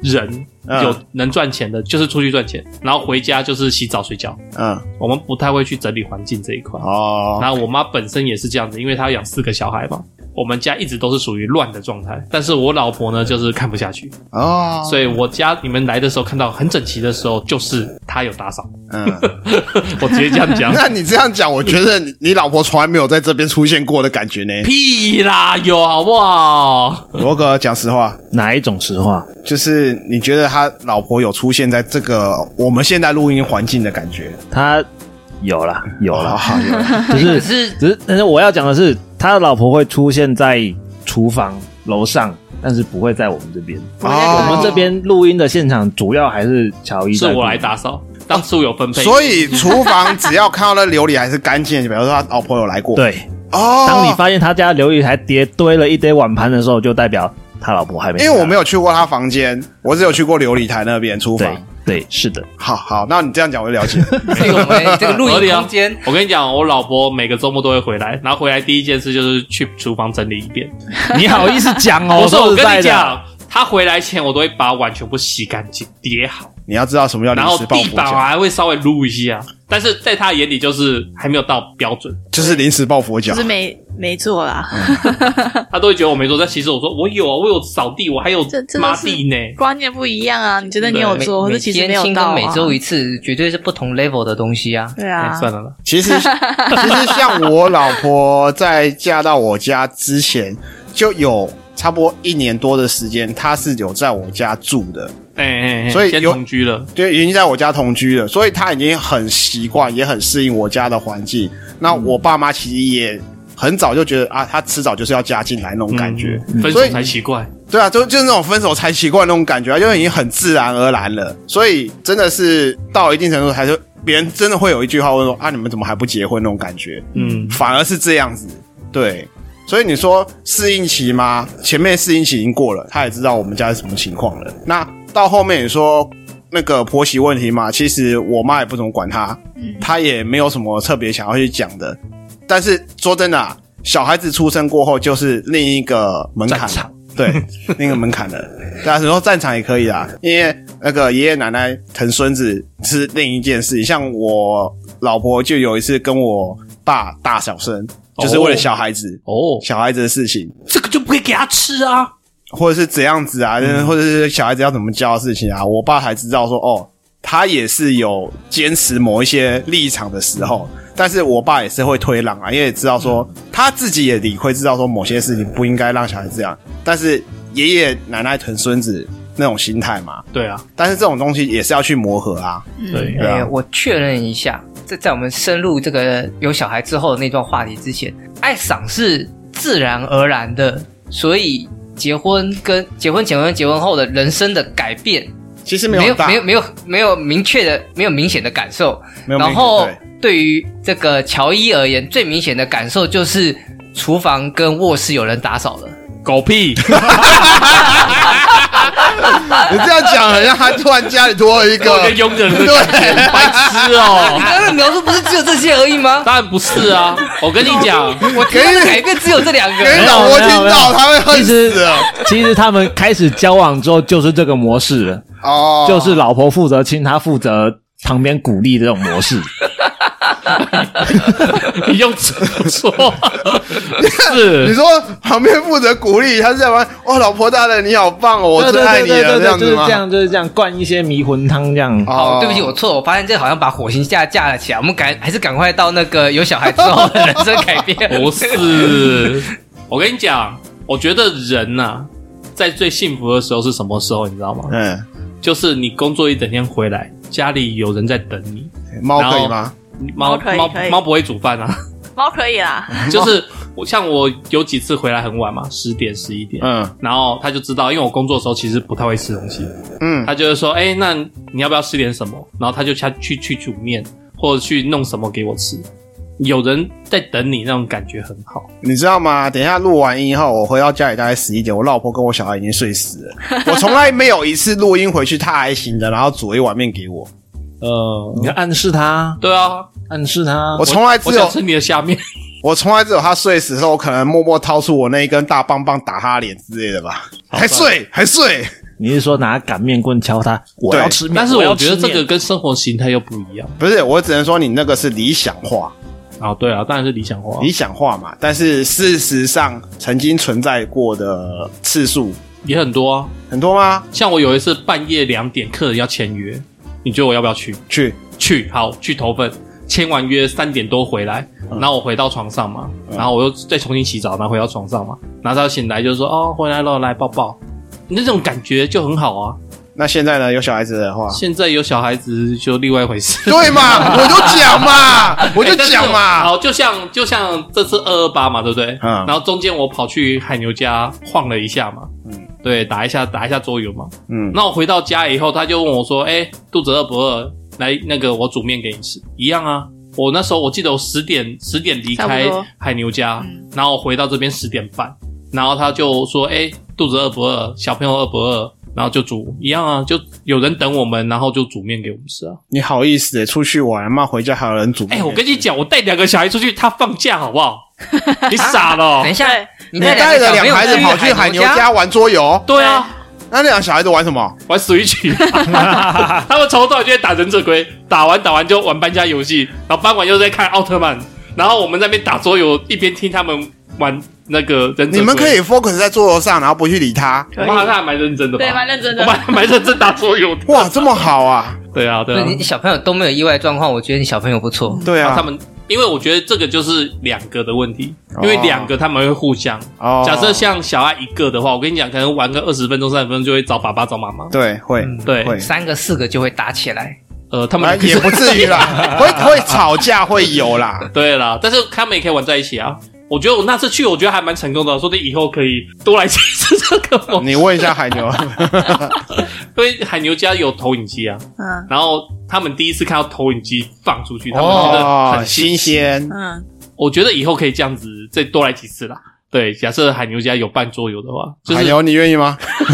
C: 人
J: 嗯
C: 有能赚钱的，就是出去赚钱，然后回家就是洗澡睡觉，
J: 嗯，
C: 我们不太会去整理环境这一块。
J: 哦，
C: 然后我妈本身也是这样子，因为她要养四个小孩嘛，我们家一直都是属于乱的状态。但是我老婆呢，就是看不下去，
J: 哦，
C: 所以我家你们来的时候看到很整齐的时候，就是她有打扫，
J: 嗯，
C: 我直接这样讲。
J: 那你这样讲，我觉得你你老婆从来没有在这边出现过的感觉呢。
C: 屁啦，有好不好？
J: 罗哥，讲实话，
E: 哪一种实话？
J: 就是你觉得他老婆有出现在这个我们现在录音环境的感觉？
E: 他有了，有
J: 好了，
E: 了，
J: 好，有了
E: 只
D: 可
E: 是
D: 是
E: 只是，但是我要讲的是，他的老婆会出现在厨房楼上，但是不会在我们这边。
J: 哦
E: 我们这边录音的现场主要还是乔伊
C: 是
E: 在
C: 我
E: 顾
C: 来打扫，当初有
A: 哦
C: 分配，
J: 所以厨房只要看到那琉璃还是干净的，就表示他老婆有来过。，
E: 对，
J: 哦，
E: 当你发现他家琉璃台叠堆了一堆碗盘的时候，就代表他老婆还没。
J: 因为我没
E: 有
J: 有去过他房间，我只有去过琉璃台那边厨
E: 对
J: 房。
E: 对是的，
J: 好好，那你这样讲我就 了解。
D: 这个我们这个录
C: 合理
D: 影
C: 啊
D: 空 间，
C: 我跟你讲，我老婆每个周末都会回来，然后回来第一件事就是去厨房整理一遍。
E: 你好意思讲哦？
C: 不是，我
E: 说实
C: 跟
E: 在
C: 你
E: 的，
C: 讲，她回来前我都会把碗全部洗干净、叠好，
J: 你要知道什么叫
C: 然后
J: 临时抱
C: 地啊
J: 佛
C: 板我
J: 脚，
C: 还会稍微撸一下。但是在她眼里就是还没有到标准，
J: 就是临时抱佛
G: 就
J: 脚
G: 是。没没做啦，
C: 她都会觉得我没做。但其实我说我有啊，我有扫地，我还有
G: 这真的
C: 抹
G: 是
C: 地呢。
G: 观念不一样啊。你觉得你有
C: 对
G: 做，可
D: 每
G: 是其实没
D: 天
G: 有
D: 清
G: 到
D: 跟
G: 啊。
D: 每周一次，绝对是不同 level 的东西啊。
G: 对
C: 哎
G: 啊，
C: 算了啦，
J: 其 实，其实像我老婆在嫁到我家之前，就有差不多一年多的时间，她是有在我家住的，
C: 哎哎哎，
J: 所以
C: 先
J: 有
C: 同居了，
J: 就已经在我家同居了，所以她已经很习惯，也很适应我家的环境。那我爸妈其实也很早就觉得啊，她迟早就是要嫁进来那种感觉。
C: 嗯分手
J: 所以
C: 才奇怪。
J: 对啊，就就是那种分手才习惯那种感觉啊，就已经很自然而然了。所以真的是到一定程度，还是别人真的会有一句话问说啊，你们怎么还不结婚那种感觉，
C: 嗯，
J: 反而是这样子。对，所以你说适应期吗？前面适应期已经过了，他也知道我们家是什么情况了。那到后面你说那个婆媳问题嘛，其实我妈也不怎么管他，他也没有什么特别想要去讲的。但是说真的、啊，小孩子出生过后就是另一个门槛
E: 战场，
J: 对，另一个门槛了。对啊，你说战场也可以啦，因为那个爷爷奶奶疼孙子是另一件事。像我老婆就有一次跟我爸大小声，就是为了小孩子、
C: 哦，
J: 小孩子的事情，
C: 这个就不可以给他吃啊。
J: 或者是怎样子啊，
C: 嗯
J: 或者是小孩子要怎么教的事情啊，我爸才知道说哦，他也是有坚持某一些立场的时候，但是我爸也是会推让啊，因为也知道说、
C: 嗯
J: 他自己也理会知道说某些事情不应该让小孩这样，但是爷爷奶奶疼孙子那种心态嘛，
C: 对啊，
J: 但是这种东西也是要去磨合啊，
C: 对
J: 对啊
L: 哎，我确认一下，在在我们深入这个有小孩之后的那段话题之前，爱赏是自然而然的，所以结婚跟结婚前跟结婚后的人生的改变，
J: 其实没
L: 没有
J: 有大
L: 没有没有没有明确的没有明显的感受。
J: 没有
L: 然后
J: 对
L: 对于这个乔伊而言，最明显的感受就是厨房跟卧室有人打扫 了。
C: 狗屁，
J: 你这样讲，好像他突然家里多了一
C: 给我
J: 个
C: 跟，佣人的感觉，
J: 啊
C: 白痴哦
L: 你。刚刚的描述不是只有这些而已 吗？
C: 当然不是啊，我跟你讲，
L: 我听到的改变只有这两
J: 给
L: 个。
J: 老婆听
E: 没有没有
J: 到他会恨
E: 其实
J: 死了
E: 其实他们开始交往之后就是这个模式了，
J: 哦，
E: 就是老婆负责亲，他负责旁边鼓励的这种模式。
C: 你用怎么 说？
J: 你
E: 是，
J: 说旁边负责鼓励，他是在玩哇，老婆大人你好棒哦，我
E: 对
J: 最爱你
E: 对对
J: 了
E: 对
J: 这
E: 对，
J: 样
E: 就
J: 子
E: 是
J: 吗
E: 这？样，就是这样，灌一些迷魂汤这样。
J: 哦
L: 好，对不起，我错了。我发现这好像把火星架架了起来。我们赶还是赶快到那个有小孩之后的人生改 变。
C: 不是，我跟你讲，我觉得人呐、在最幸福的时候是什么时候？你知道吗？
J: 嗯，
C: 就是你工作一整天回来，家里有人在等你。
J: 猫可以吗？
C: 猫
G: 猫可以
C: 猫
G: 可以
C: 猫不会煮饭 啊，
G: 猫可以啦，
C: 就是我像我有几次回来很晚嘛，十点十一点，
J: 嗯
C: 然后他就知道，因为我工作的时候其实不太会吃东西，
J: 嗯，
C: 他就会说，哎、那你要不要吃点什么？然后他就下去去煮面或者去弄什么给我吃。有人在等你，那种感觉很好。
J: 你知道吗？等一下录完音后，我回到家里大概十一点，我老婆跟我小孩已经睡死了。我从来没有一次录音回去她还醒着，然后煮一碗面给我。
E: 呃，你要暗示他，
C: 对啊，
E: 暗示他
J: 我。从来
C: 我
J: 只有
C: 想吃你的下面。
J: 我从来只有她睡死的时候，我可能默默掏出我那一根大棒棒打她脸之类的吧。还睡还睡，
E: 你是说拿擀面棍敲他？我要吃面，
C: 但是我
E: 要
C: 觉得
E: 吃
C: 这
E: 面
C: 个跟生活形态又不一样
J: 不是我只能说你那个是理想化，
C: 啊。对啊，当然是理想化，
J: 理想化嘛。但是事实上曾经存在过的次数
C: 也很多啊。
J: 很多吗？
C: 像我有一次半夜两点，客人要签约，你觉得我要不要去？
J: 去，
C: 去，好，去投份。签完约三点多回来，然后我回到床上嘛，然后我又再重新洗澡，然后回到床上嘛，然后他醒来就说：“哦，回来了，来抱抱。”那种感觉就很好啊。
J: 那现在呢？有小孩子的话，
C: 现在有小孩子就另外一回事，
J: 对嘛？我就讲嘛，我就
C: 哎但是
J: 讲嘛。
C: 好，就像就像这次二二八嘛，对不对？
J: 嗯
C: 然后中间我跑去海牛家晃了一下嘛，
J: 嗯
C: 对，打一下打一下桌游嘛。
J: 嗯，
C: 那我回到家以后，他就问我说：“哎、肚子饿不饿？来，那个我煮面给你吃。”一样啊。我那时候我记得我十点十点离开
G: 差不多嗯
C: 海牛家，然后我回到这边十点半，然后他就说：“哎、肚子饿不饿？小朋友饿不饿？”然后就煮一样啊，就有人等我们，然后就煮面给我们吃啊。
J: 你好意思欸出去玩嘛，回家还有人煮。
C: 哎、我跟你，讲，我带两个小孩出去，他放假好不好？ 你傻了哦、
L: 等一下，
G: 对，
L: 你
J: 你
L: 带
J: 带着
L: 个小
J: 两
L: 朋友
J: 孩子跑去海牛家玩桌游，
C: 对
G: 哎
C: 啊，
J: 那那两小孩子玩什么？
C: 玩 Switch，他们从头到尾就在打忍者龟，打完打完就玩搬家游戏，然后搬完又在看奥特曼，然后我们在那边打桌游，一边听他们玩那个忍者龟。
J: 你们可以 focus 在桌游上，然后不去理他。
G: 可
C: 我
G: 以
C: 们，好像还蛮认真的吧？
G: 对，蛮认真
C: 我
G: 的
C: 们。还蛮认真打桌游的。
J: 哇，这么好啊！
C: 对啊，对
L: 对
C: 啊，
L: 你小朋友都没有意外状况，我觉得你小朋友不错。
J: 对
C: 然后
J: 啊
C: 他，们。因为我觉得这个就是两个的问题，因为两个他们会互相。
J: 哦
C: 假设像小爱一个的话，我跟你讲，可能玩个二十分钟、三十分钟就会找爸爸、找妈妈。
J: 对会
C: 对，
J: 会，
L: 三个四个就会打起来，
C: 呃，他们
J: 啊
C: 两个
J: 也不至于啦，会会吵架会有啦。
C: 对啦，但是他们也可以玩在一起啊。我觉得我那次去，我觉得还蛮成功的，说不定以后可以多来几次这个
A: 嗯
C: 活动。
J: 你问一下海牛，
C: 因为海牛家有投影机啊，
G: 嗯
C: 然后他们第一次看到投影机放出去，他们觉得
J: 哦，
C: 很新
J: 新
C: 鲜。
J: 鲜，
G: 嗯，
C: 我觉得以后可以这样子再多来几次啦。对，假设海牛家有办桌游的 话，就
J: 海
C: 是
J: 牛，你愿意 吗？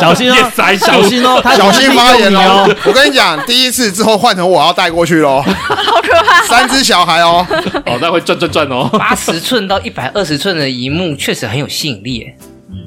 A: 小心哦，
C: 夜塞
A: 小
C: 小
A: 心哦，他
J: 小心发言
A: 哦
J: 哦！我跟你讲，第一次之后换成我要带过去喽，
G: 好可怕，
J: 三只小孩 哦，
C: 哦，那会转转转哦。
D: 八十寸到一百二十寸的荧幕确实很有吸引力耶。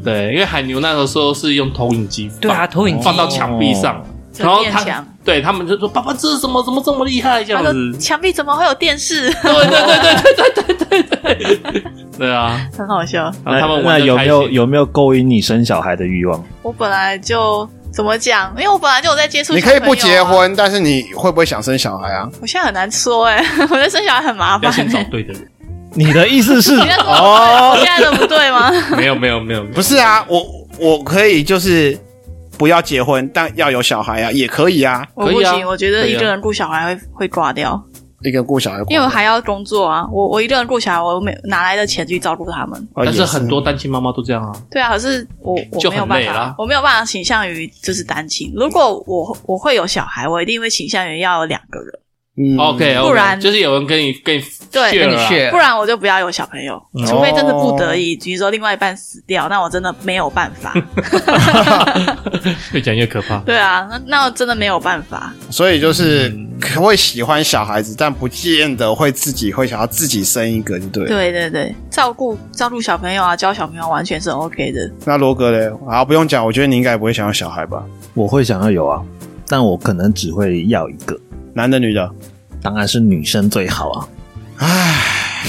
C: 对，因为海牛那个时候是用投影机放，
D: 对啊，投影机
C: 放到墙壁上，
G: 哦整
C: 然后
G: 面
C: 他
G: 墙，
C: 对他们就说：“爸爸，这是什么？怎么这么厉害？”这
G: 他
C: 样
G: 说
C: 子，
G: 墙壁怎么会有电视？
C: 对对对对对对对对，对啊，
G: 很好笑。
C: 然后他们
E: 那
C: 玩得
E: 有
C: 开
E: 没
C: 心
E: 有有没有勾引你生小孩的欲望？
G: 我本来就怎么讲，因为我本来就有在接触、
J: 你可以不结，婚，但是你会不会想生小孩啊？
G: 啊我现在很难说哎、 我觉得生小孩很麻
C: 要
G: 烦、
C: 先找
G: 欸。
C: 对的人。
A: 你的意思是
G: 你在说
J: 哦
G: 我现在的不对 吗？
C: 没有没有没有，
J: 不是啊，我我可以就是不要结婚，但要有小孩啊，也可以啊，
G: 我
C: 可
G: 不
C: 以啊
G: 行，我觉得
C: 可以
G: 一
C: 啊
G: 个人顾小孩会会挂掉，
J: 一个顾小孩，
G: 因为我还要工作啊。我我一个人顾小孩，我没哪来的钱去照顾他们？
J: 哦
C: 但
J: 也
C: 是很多单亲妈妈都这样啊。
G: 对啊，可是我我
C: 就
G: 没有
C: 很
G: 办
C: 累
G: 法
C: 啦，
G: 我没有办法倾向于就是单亲。如果我我会有小孩，我一定会倾向于要有两个人，
J: 嗯
C: 哦 OK，
G: 不然
C: 就是有人跟你跟你
G: 对
D: 跟
C: 了
D: 你
C: 啊，
D: 学
G: 不然我就不要有小朋友，
C: 嗯
G: 除非真的
C: 哦
G: 不得已，比如说另外一半死掉，那我真的没有办法。
C: 越讲越可怕。
G: 对啊，那那我真的没有办法。
J: 所以就是
C: 嗯
J: 会喜欢小孩子，但不见得会自己会想要自己生一个，就对了。
G: 对对对，照顾照顾小朋友啊，教小朋友完全是 OK 的。
J: 那罗格嘞，啊，不用讲，我觉得你应该也不会想要小孩吧？
E: 我会想要有啊，但我可能只会要一个，
J: 男的女的？
E: 当然是女生最好啊。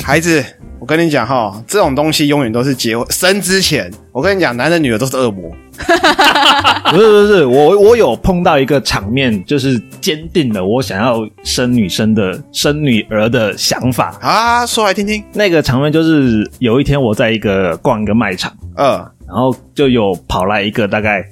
J: 孩子，我跟你讲哈，这种东西永远都是结婚生之前，我跟你讲，男的女的都是恶魔。
E: 不是不是，我我有碰到一个场面，就是坚定了我想要生女生的生女儿的想法。
J: 啊，说来听听。
E: 那个场面就是有一天我在一个逛一个卖场，
J: 呃，
E: 然后就有跑来一个大概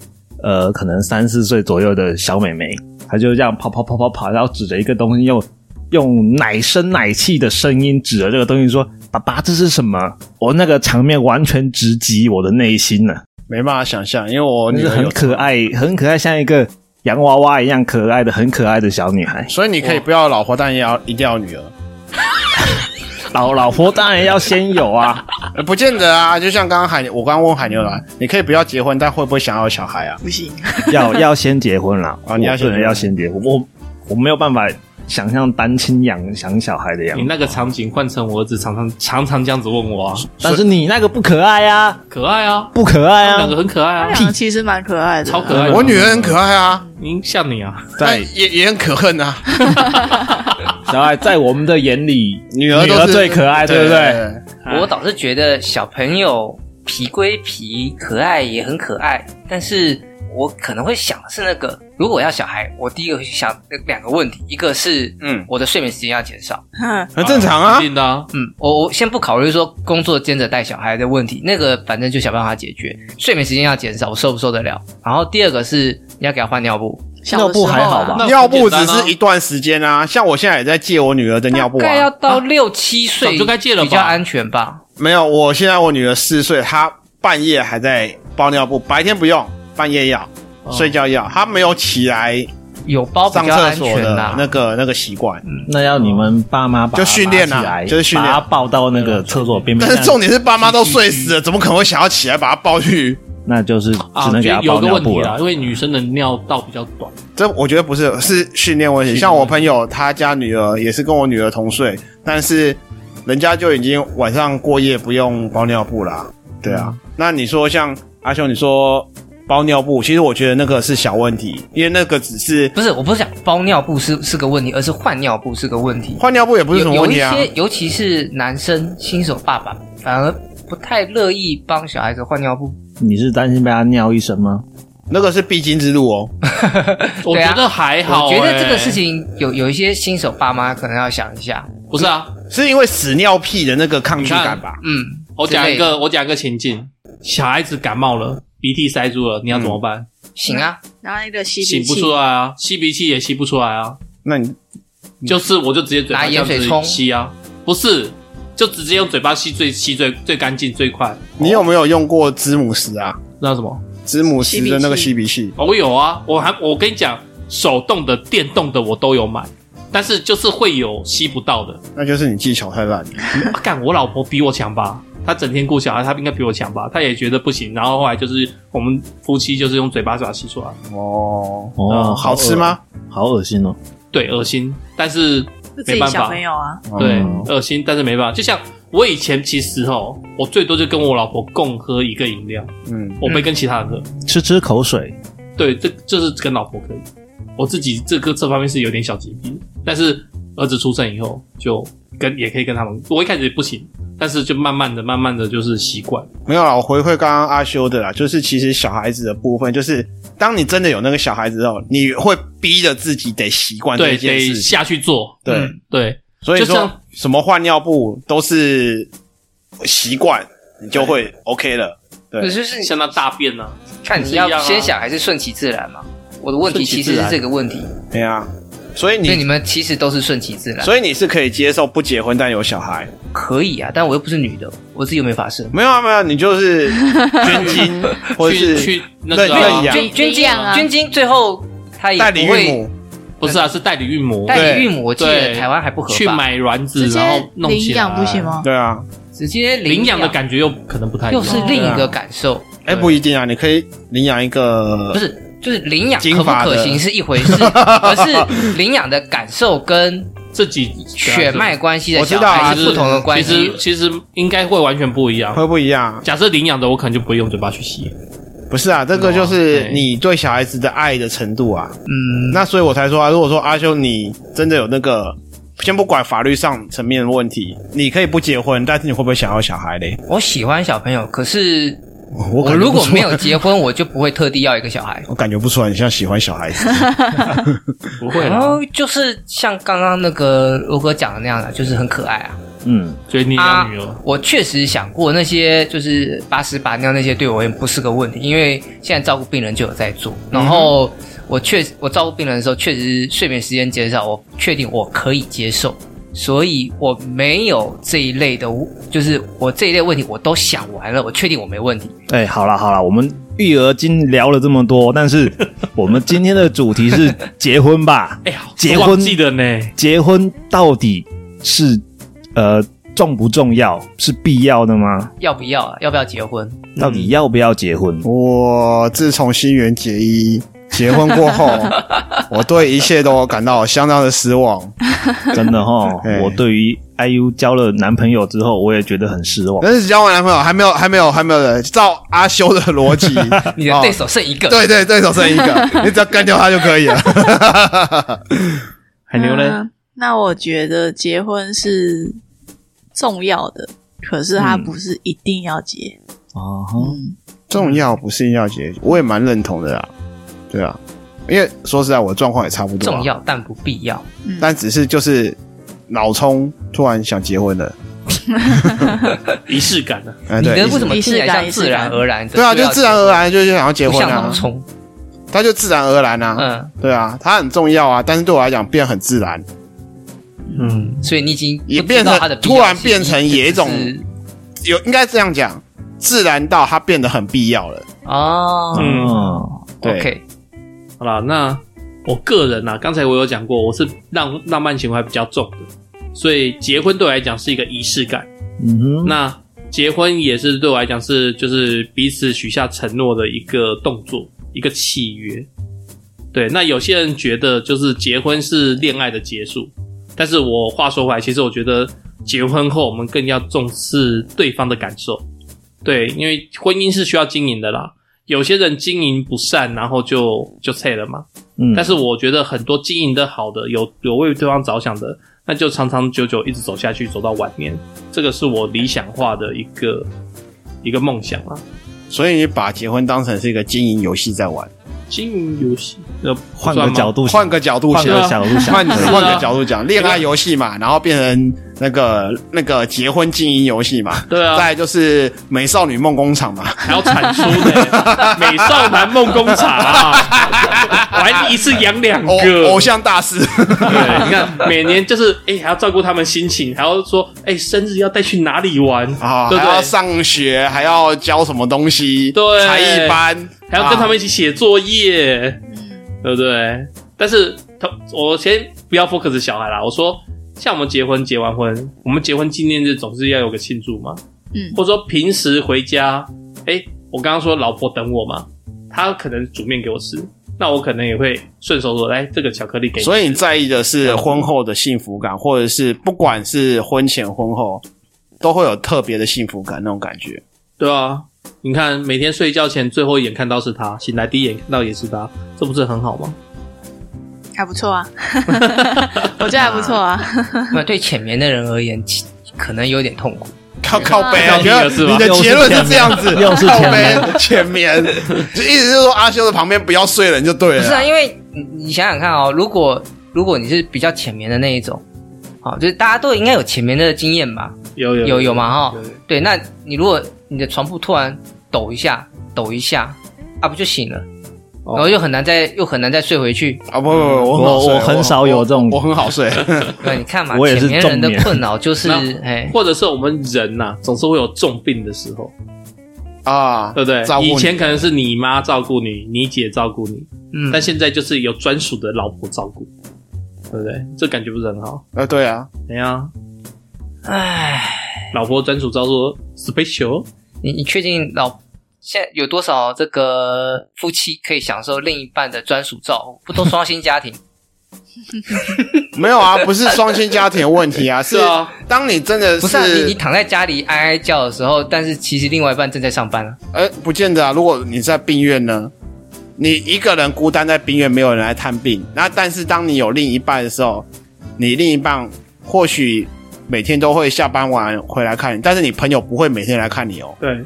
E: 呃可能三四岁左右的小妹妹，她就这样跑跑跑跑跑，然后指着一个东西用用奶声奶气的声音指着这个东西说：“爸爸，这是什么？”我那个场面完全直击我的内心了、
J: 没办法想象，因为我
E: 就
J: 女
E: 是
J: 儿
E: 很
J: 有，
E: 可爱，很可爱，像一个洋娃娃一样可爱的、很可爱的小女孩。
J: 所以你可以不要老婆，但也要一定要女儿。
E: 老老婆当然要先有啊，
J: 呃不见得啊，就像刚刚海，我刚刚问海牛啦，你可以不要结婚，但会不会想要有小孩啊？
G: 不行，
E: 要要先结婚啦。
J: 啊你要
E: 我
J: 先
E: 个人
J: 结婚
E: 要先结婚，我我没有办法想象单亲养养小孩的 样
C: 你
J: 嗯
E: 子。
C: 那个场景换成我儿子，常常常常这样子问我啊，
E: 但是你那个不可爱啊，
C: 可爱啊，
E: 不可爱
C: 他们两
E: 啊
C: 个，很可爱
G: 他
D: 哎
C: 啊，
G: 俩其实蛮可爱的，
C: 超可爱的。
J: 哎我女儿很可爱啊，
C: 您像你啊，
J: 但也也很可恨啊，
E: 小孩在我们的眼里，
J: 女儿都是
E: 最可爱，对不对？？
C: 哎
D: 我倒是觉得小朋友皮归皮，可爱也很可爱，但是我可能会想的是那个，如果我要小孩，我第一个会去想呃两个问题，一个是
J: 嗯
D: 我的睡眠时间要减少，
G: 嗯
J: 很正常
C: 一
J: 啊。
C: 定的啊。
D: 嗯，我我先不考虑说工作兼着带小孩的问题，那个反正就想办法解决，睡眠时间要减少，我受不受得了？然后第二个是你要给他换尿布，
G: 小
E: 那
G: 的时
E: 不
G: 候啊
E: 还好吧
C: 那
J: 尿布只是一段时间啊，像我现在也在借我女儿的尿布
D: 大概要
J: 啊。
D: 到六七岁
C: 早就该戒了吧
D: 比较安全吧？
J: 没有，我现在我女儿四岁，她半夜还在包尿布，白天不用，半夜要睡觉要，她没有起来
D: 有包比
J: 上
D: 较
J: 厕
D: 安
J: 所
D: 全啊
J: 的
D: 啦、
J: 那个那个习惯。
E: 那要你们爸妈把他
J: 就训练啊
E: 拉起来
J: 就是训练
E: 把他抱到那个厕所边边。
J: 但是重点是爸妈都睡死了，怎么可能会想要起来把她抱 去？
E: 那就是只
C: 啊，
E: 能
C: 我
E: 给
C: 觉
E: 他
C: 得有
E: 包
C: 个
E: 尿
C: 问
E: 布
C: 题
E: 了
C: 啦，。因为女生的尿道比较短，
J: 这我觉得不是，是训练问题。像我朋友他家女儿也是跟我女儿同睡，但是人家就已经晚上过夜不用包尿布啦。对啊，那你说像阿雄，你说包尿布，其实我觉得那个是小问题，因为那个只是
D: 不是，我不是讲包尿布是是个问题，而是换尿布是个问题。
J: 换尿布也不是什么
D: 有
J: 问
D: 有一
J: 题啊。
D: 些，尤其是男生新手爸爸，反而不太乐意帮小孩子换尿布。
E: 你是担心被他尿一身吗？
J: 那个是必经之路哦。
C: 我
D: 对啊
C: 觉得还好、
D: 我觉得这个
C: 欸
D: 事情有有一些新手爸妈可能要想一下。
C: 不是啊。
J: 是因为屎尿屁的那个抗拒感吧？
D: 嗯，
C: 我讲一
D: 之类
C: 个，
D: 的，
C: 我讲一个情境：小孩子感冒了，鼻涕塞住了，你要怎么办？
D: 行啊，
G: 然后一个吸
C: 擤
G: 鼻
C: 不
G: 器，
C: 出来啊，吸鼻涕也吸不出来啊，
J: 那你
C: 就是我就直接嘴巴
D: 嗯拿
C: 这样
D: 盐水
C: 子
D: 冲
C: 吸啊，不是。就直接用嘴巴吸最吸最最干净最快。
J: 你有没有用过子母石啊？
C: 那什么？
J: 子母石的那个吸鼻器，
C: 哦我有啊，我还我跟你讲，手动的、电动的我都有买，但是就是会有吸不到 的。
J: 那就是你技巧太烂了。
C: 啊干，我老婆比我强吧？她整天顾小孩，她应该比我强吧？她也觉得不行，然后后来就是我们夫妻就是用嘴巴把它吸出来，
J: 哦，
E: 哦，
J: 好吃吗？
E: 好恶？好恶心哦！
C: 对，恶心，但是
G: 就自
C: 没
G: 己
C: 办
G: 小
C: 法
G: 朋，友啊，
C: 对
E: 嗯，
C: 恶心，但是没办法。就像我以前其实哦，我最多就跟我老婆共喝一个饮料，
J: 嗯，
C: 我没跟其他人喝。
E: 吃吃口水，
C: 对，这就是跟老婆可以。我自己这个这方面是有点小洁癖，但是儿子出生以后就跟也可以跟他们，我一开始也不行，但是就慢慢的、慢慢的就是习惯。
J: 没有啦，我回馈刚刚阿修的啦，就是其实小孩子的部分，就是当你真的有那个小孩子后，你会逼着自己得习惯这
C: 对，
J: 件
C: 得
J: 事情。
C: 下去做。
J: 对
C: 嗯对，
J: 所以
C: 就
J: 说
C: 像
J: 什么换尿布都是习惯，你就会 OK 了。对
D: 就是
C: 像那大便呢、啊，
D: 看你
C: 是一样啊
D: 要先想还是顺其自然嘛。我的问题
C: 顺其
D: 其
C: 自
D: 实
C: 然
D: 是这个问题，
J: 对啊，所以
D: 所以你
J: 你
D: 们其实都是顺其自然，
J: 所以你是可以接受不结婚但有小孩？
D: 可以啊。但我又不是女的，我自己又没发生。
J: 没有啊，没有啊，你就是 捐精或者
C: 去
J: 是
C: 去那个啊、
J: 认认养
D: 捐捐
G: 一
D: 精
G: 样啊
D: 捐精，最后他也
J: 代理
D: 不
J: 孕
D: 会
J: 母，
C: 不是啊，是代理孕母，
D: 代理孕母，我记得
C: 对，
D: 台湾还不合
C: 去
D: 法，
C: 买卵子，
G: 直
C: 然
G: 接
C: 后弄
G: 领
C: 起来
G: 养不行？吗？
J: 对啊，
D: 直接
C: 领
D: 养
C: 养的感觉又可能不太一
D: 又
C: 样，
D: 是另一个感受，
J: 哎、不一定啊，你可以领养一个
D: 不是就是领养
J: 呃金
D: 可不
J: 发的
D: 可行是一回 事，而是领养的感受跟
C: 自己
D: 血脉关系的
J: 我知
D: 小
J: 道啊
D: 孩是不同的关
C: 其
D: 系
C: 实。其实应该会完全不一样。
J: 会不一样啊，
C: 假设领养的，我可能就不会用嘴巴去吸。
J: 不是啊，这个
D: 哦
J: 就是
C: 哎
J: 你对小孩子的爱的程度啊。
D: 嗯，
J: 那所以我才说啊，如果说阿修你真的有那个，先不管法律上层面的问题，你可以不结婚，但是你会不会想要小孩嘞？
D: 我喜欢小朋友，可是
J: 我
D: 我
J: 感觉
D: 如
J: 不
D: 果
J: 出来
D: 没有，结婚，我就不会特地要一个小孩。
J: 我感觉不出来你像喜欢 小孩子。
C: 不会
D: 然
C: 啦，
D: 后哦就是像刚刚那个罗哥讲的那样的，就是很可爱啊。
E: 嗯，
C: 所以你
D: 啊
C: 养女儿，
D: 我确实想过那些就是把屎把尿那些对我也不是个问题，因为现在照顾病人就有在做。然
J: 嗯
D: 后我确我照顾病人的时候，确实睡眠时间减少，我确定我可以接受，所以我没有这一类的，就是我这一类问题我都想完了，我确定我没问题。
E: 哎，好啦好啦，我们育儿经聊了这么多，但是我们今天的主题是结婚吧？
C: 哎呀，
E: 结婚
C: 忘记了呢，
E: 结婚到底是呃重不重要？是必要的吗？
D: 要不要啊？要不要结婚？
C: 嗯
E: 到底要不要结婚？
J: 我自从新垣结衣结婚过 后，我对一切都感到相当的失望。
E: 真的 哈
J: 哎，
E: 我对于 IU 交了男朋友之后，我也觉得很失望。
J: 但是交完男朋友还没有，还没有，还没有人。照阿修的 逻辑，
D: 你的对手剩一个，
J: 对对，对手剩一个，你只要干掉他就可 以了。
E: 海牛呢？
G: 嗯那我觉得结婚是重要的，可是
C: 嗯
G: 它不是一定要结。
E: 哦，哈
G: 嗯
J: 重要不是一定要结，我也蛮认同的啦。对啊，因为说实在，我的状况也差不多、啊
D: 重，要但不必要。
G: 嗯，
J: 但只是就是脑冲突然想结婚了。
C: 仪式感呢？
J: 哎、
D: 你的
J: 对，
D: 为什么听起来像
G: 仪式感
D: 自然而然的？
J: 对啊，就自然而然就就想要结
D: 不
J: 婚
D: 像
J: 啊
D: 脑，冲。
J: 他就自然而然啊。
D: 嗯，
J: 对啊，它很重要啊，但是对我来讲变很自然，
C: 嗯，
D: 所以你已经不
J: 也变
D: 知道
J: 成
D: 它的必要
J: 突然
D: 性
J: 变成也一种
D: 就是
J: 有应该这样讲，自然到它变得很必要了。
D: 哦。
C: 嗯
E: 嗯，
J: 对
D: OK，
C: 好啦，那我个人啊，刚才我有讲过，我是浪浪漫情怀比较重的，所以结婚对我来讲是一个仪式感。
E: 嗯哼，
C: 那结婚也是对我来讲是就是彼此许下承诺的一个动作，一个契约。对，那有些人觉得就是结婚是恋爱的结束，但是我话说回来，其实我觉得结婚后我们更要重视对方的感受。对，因为婚姻是需要经营的啦，有些人经营不善，然后就就撤了嘛。
E: 嗯，
C: 但是我觉得很多经营的好的，有有为对方着想的，那就长长久久一直走下去，走到晚年，这个是我理想化的一个一个梦想啊。
J: 所以你把结婚当成是一个经营游戏在玩，
C: 经营游戏，呃，
E: 换个角
C: 度，
E: 度想，
A: 换个角度
E: 换
A: 想，
E: 个角度想，
A: 换
C: 是啊
A: 换个角度讲，恋爱游戏嘛，然后变成那个那个结婚经营游戏嘛，
C: 对啊
A: 再来就是美少女梦工厂嘛，
C: 还要产出 的美少男梦工厂啊，玩一次养两
A: 偶
C: 个，
A: 哦偶像大师，
C: 对，你看每年就是哎、还要照顾他们心情，还要说哎、生日要带去哪里玩
A: 啊，
C: 对不
A: 还要
C: 对？
A: 上学，还要教什么东西，
C: 对
A: 才艺班，
C: 还要跟他
A: 啊
C: 们一起写作业，
G: 嗯
C: 对不对？但是他我先不要 focus 小孩啦，我说像我们结婚结完婚，我们结婚纪念日总是要有个庆祝嘛，
G: 嗯
C: 或者说平时回家，哎、我刚刚说老婆等我嘛，她可能煮面给我吃，那我可能也会顺手说，来这个巧克力给你，
A: 所以你在意的是婚后的幸福感，或者是不管是婚前婚后，都会有特别的幸福感那种感觉。
C: 对啊，你看每天睡觉前最后一眼看到是他，醒来第一眼看到也是他，这不是很好吗？
G: 还不 错啊，我觉得还不错啊。
D: 那对浅眠的人而言，其可能有点痛苦。
A: 靠靠背啊，你
C: 靠你
A: 的
C: 了是吧
A: 你的结论是这样子，
E: 又是
A: 靠
E: 前
A: 背
E: 面
A: 前面，就意思是说阿修的旁边不要睡人就对
D: 不 是啊，
A: 了。
D: 因为你你想想看哦，如果如果你是比较浅眠的那一种，好、就是大家都应该有浅眠的经验吧？
C: 有有
D: 有有嘛哈、
C: 有有
D: 对，那你如果你的床铺突然抖一下，抖一下，啊不就醒了，
C: 哦
D: 然后又很难再又很难再睡回去。
A: 啊不不不，
E: 我
A: 我
E: 我
A: 很好睡
E: 很少有这种
A: 我我很好睡。
D: 对，你看嘛，
E: 我也是
D: 浅眠人的
E: 重眠
D: 困扰就是
C: 那
D: 哎，
C: 或者是我们人呐、总是会有重病的时候，
A: 啊，
C: 对不对
A: 照？顾你
C: 以前可能是你妈照顾你，你姐照顾你，
D: 嗯
C: 但，现在就是有专属的老婆照顾，对不对？这感觉不是很好。
A: 呃，对啊，
C: 怎样？
D: 哎，
C: 老婆专属照顾 special，
D: 你你确定老现在有多少这个夫妻可以享受另一半的专属照 顾？不都双薪家庭？
A: 没有啊，不是双亲家庭的问题啊，是
C: 是啊，
A: 当你真的
D: 不是、啊、你你躺在家里哀哀叫的时候，但是其实另外一半正在上班啊。
A: 哎，不见得啊。如果你在病院呢，你一个人孤单在病院，没有人来探病。那但是当你有另一半的时候，你另一半或许每天都会下班晚回来看你，但是你朋友不会每天来看你哦。
C: 对。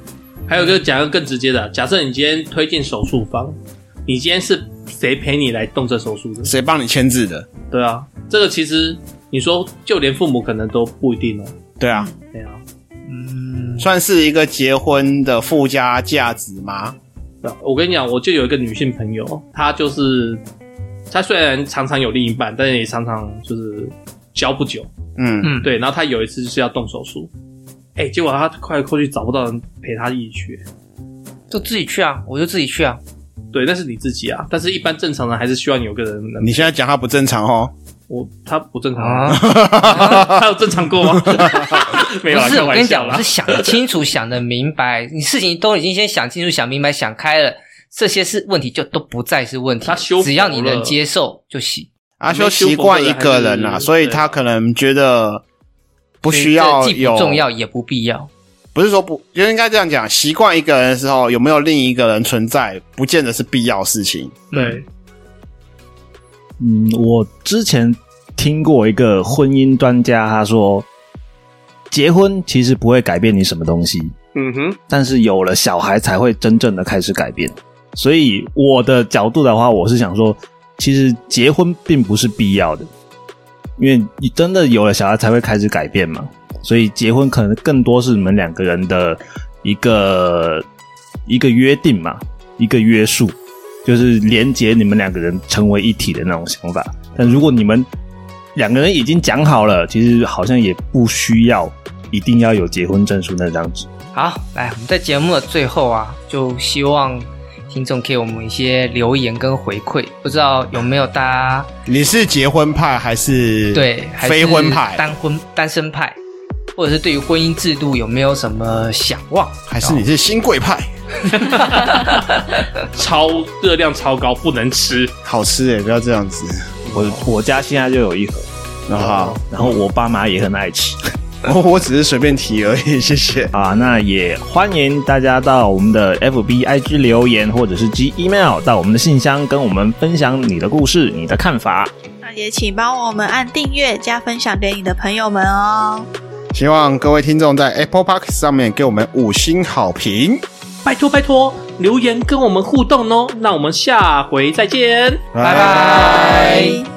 C: 还有就是讲个更直接的，假设你今天推荐手术方，你今天是谁陪你来动这手术的？
A: 谁帮你签字的？
C: 对啊，这个其实你说，就连父母可能都不一定哦。
A: 对啊，
C: 对啊，嗯
A: 算是一个结婚的附加价值吗？
C: 对啊我跟你讲，我就有一个女性朋友，她就是她虽然常常有另一半，但是也常常就是交不久。
A: 嗯，
D: 嗯，
C: 对，然后她有一次就是要动手术，哎、结果她快来快去找不到人陪她一起去。
D: 就自己去啊，我就自己去啊。
C: 对，那是你自己啊，但是一般正常人还是希望有个人能
A: 你现在讲他不正常哦。
C: 我她不正常 啊，
D: 啊，
C: 她有正常过 吗？没有
D: 不
C: 啊，
D: 是，
C: 开
D: 我
C: 玩
D: 跟你
C: 笑
D: 讲，我
C: 啦
D: 是。想清楚、想的明白，你事情都已经先想清楚、想明白、想开了，这些是问题就都不再是问题
C: 他修。佛
D: 只要你能
C: 了
D: 接受就行。
A: 阿修习惯一个人啦、
C: 还是
A: 所以他可能觉得不需要
D: 所以这既
A: 有
D: 不重要也不必要。
A: 不是说不，就应该这样讲。习惯一个人的时候，有没有另一个人存在，不见得是必要事情。
C: 对，
E: 嗯，我之前听过一个婚姻专家，他说，结婚其实不会改变你什么东西，
C: 嗯哼，
E: 但是有了小孩才会真正的开始改变。所以我的角度的话，我是想说，其实结婚并不是必要的，因为你真的有了小孩才会开始改变嘛。所以结婚可能更多是你们两个人的一个一个约定嘛，一个约束，就是连接你们两个人成为一体的那种想法。但如果你们两个人已经讲好了，其实好像也不需要一定要有结婚证书那张纸。
D: 好，来，我们在节目的最后啊，就希望听众给我们一些留言跟回馈，不知道有没有大家
A: 你是结婚派还是
D: 对还是
A: 非婚派，
D: 单婚、单身派，或者是对于婚姻制度有没有什么想望？
A: 还是你是新贵派？
C: 超热量超高，不能吃。
A: 好吃哎、不要这样子
E: 我我家现在就有一盒，
A: 啊！
E: 然后我爸妈也很爱吃
A: 我 我只是随便提而已，谢谢。
E: 啊。那也欢迎大家到我们的 FB、IG 留言，或者是寄 email 到我们的信箱，跟我们分享你的故事、你的看法。
G: 那也请帮我们按订阅加分享给你的朋友们哦。
A: 希望各位听众在 Apple Park 上面给我们五星好评。
C: 拜托拜托，留言跟我们互动哦。那我们下回再见。
L: 拜拜。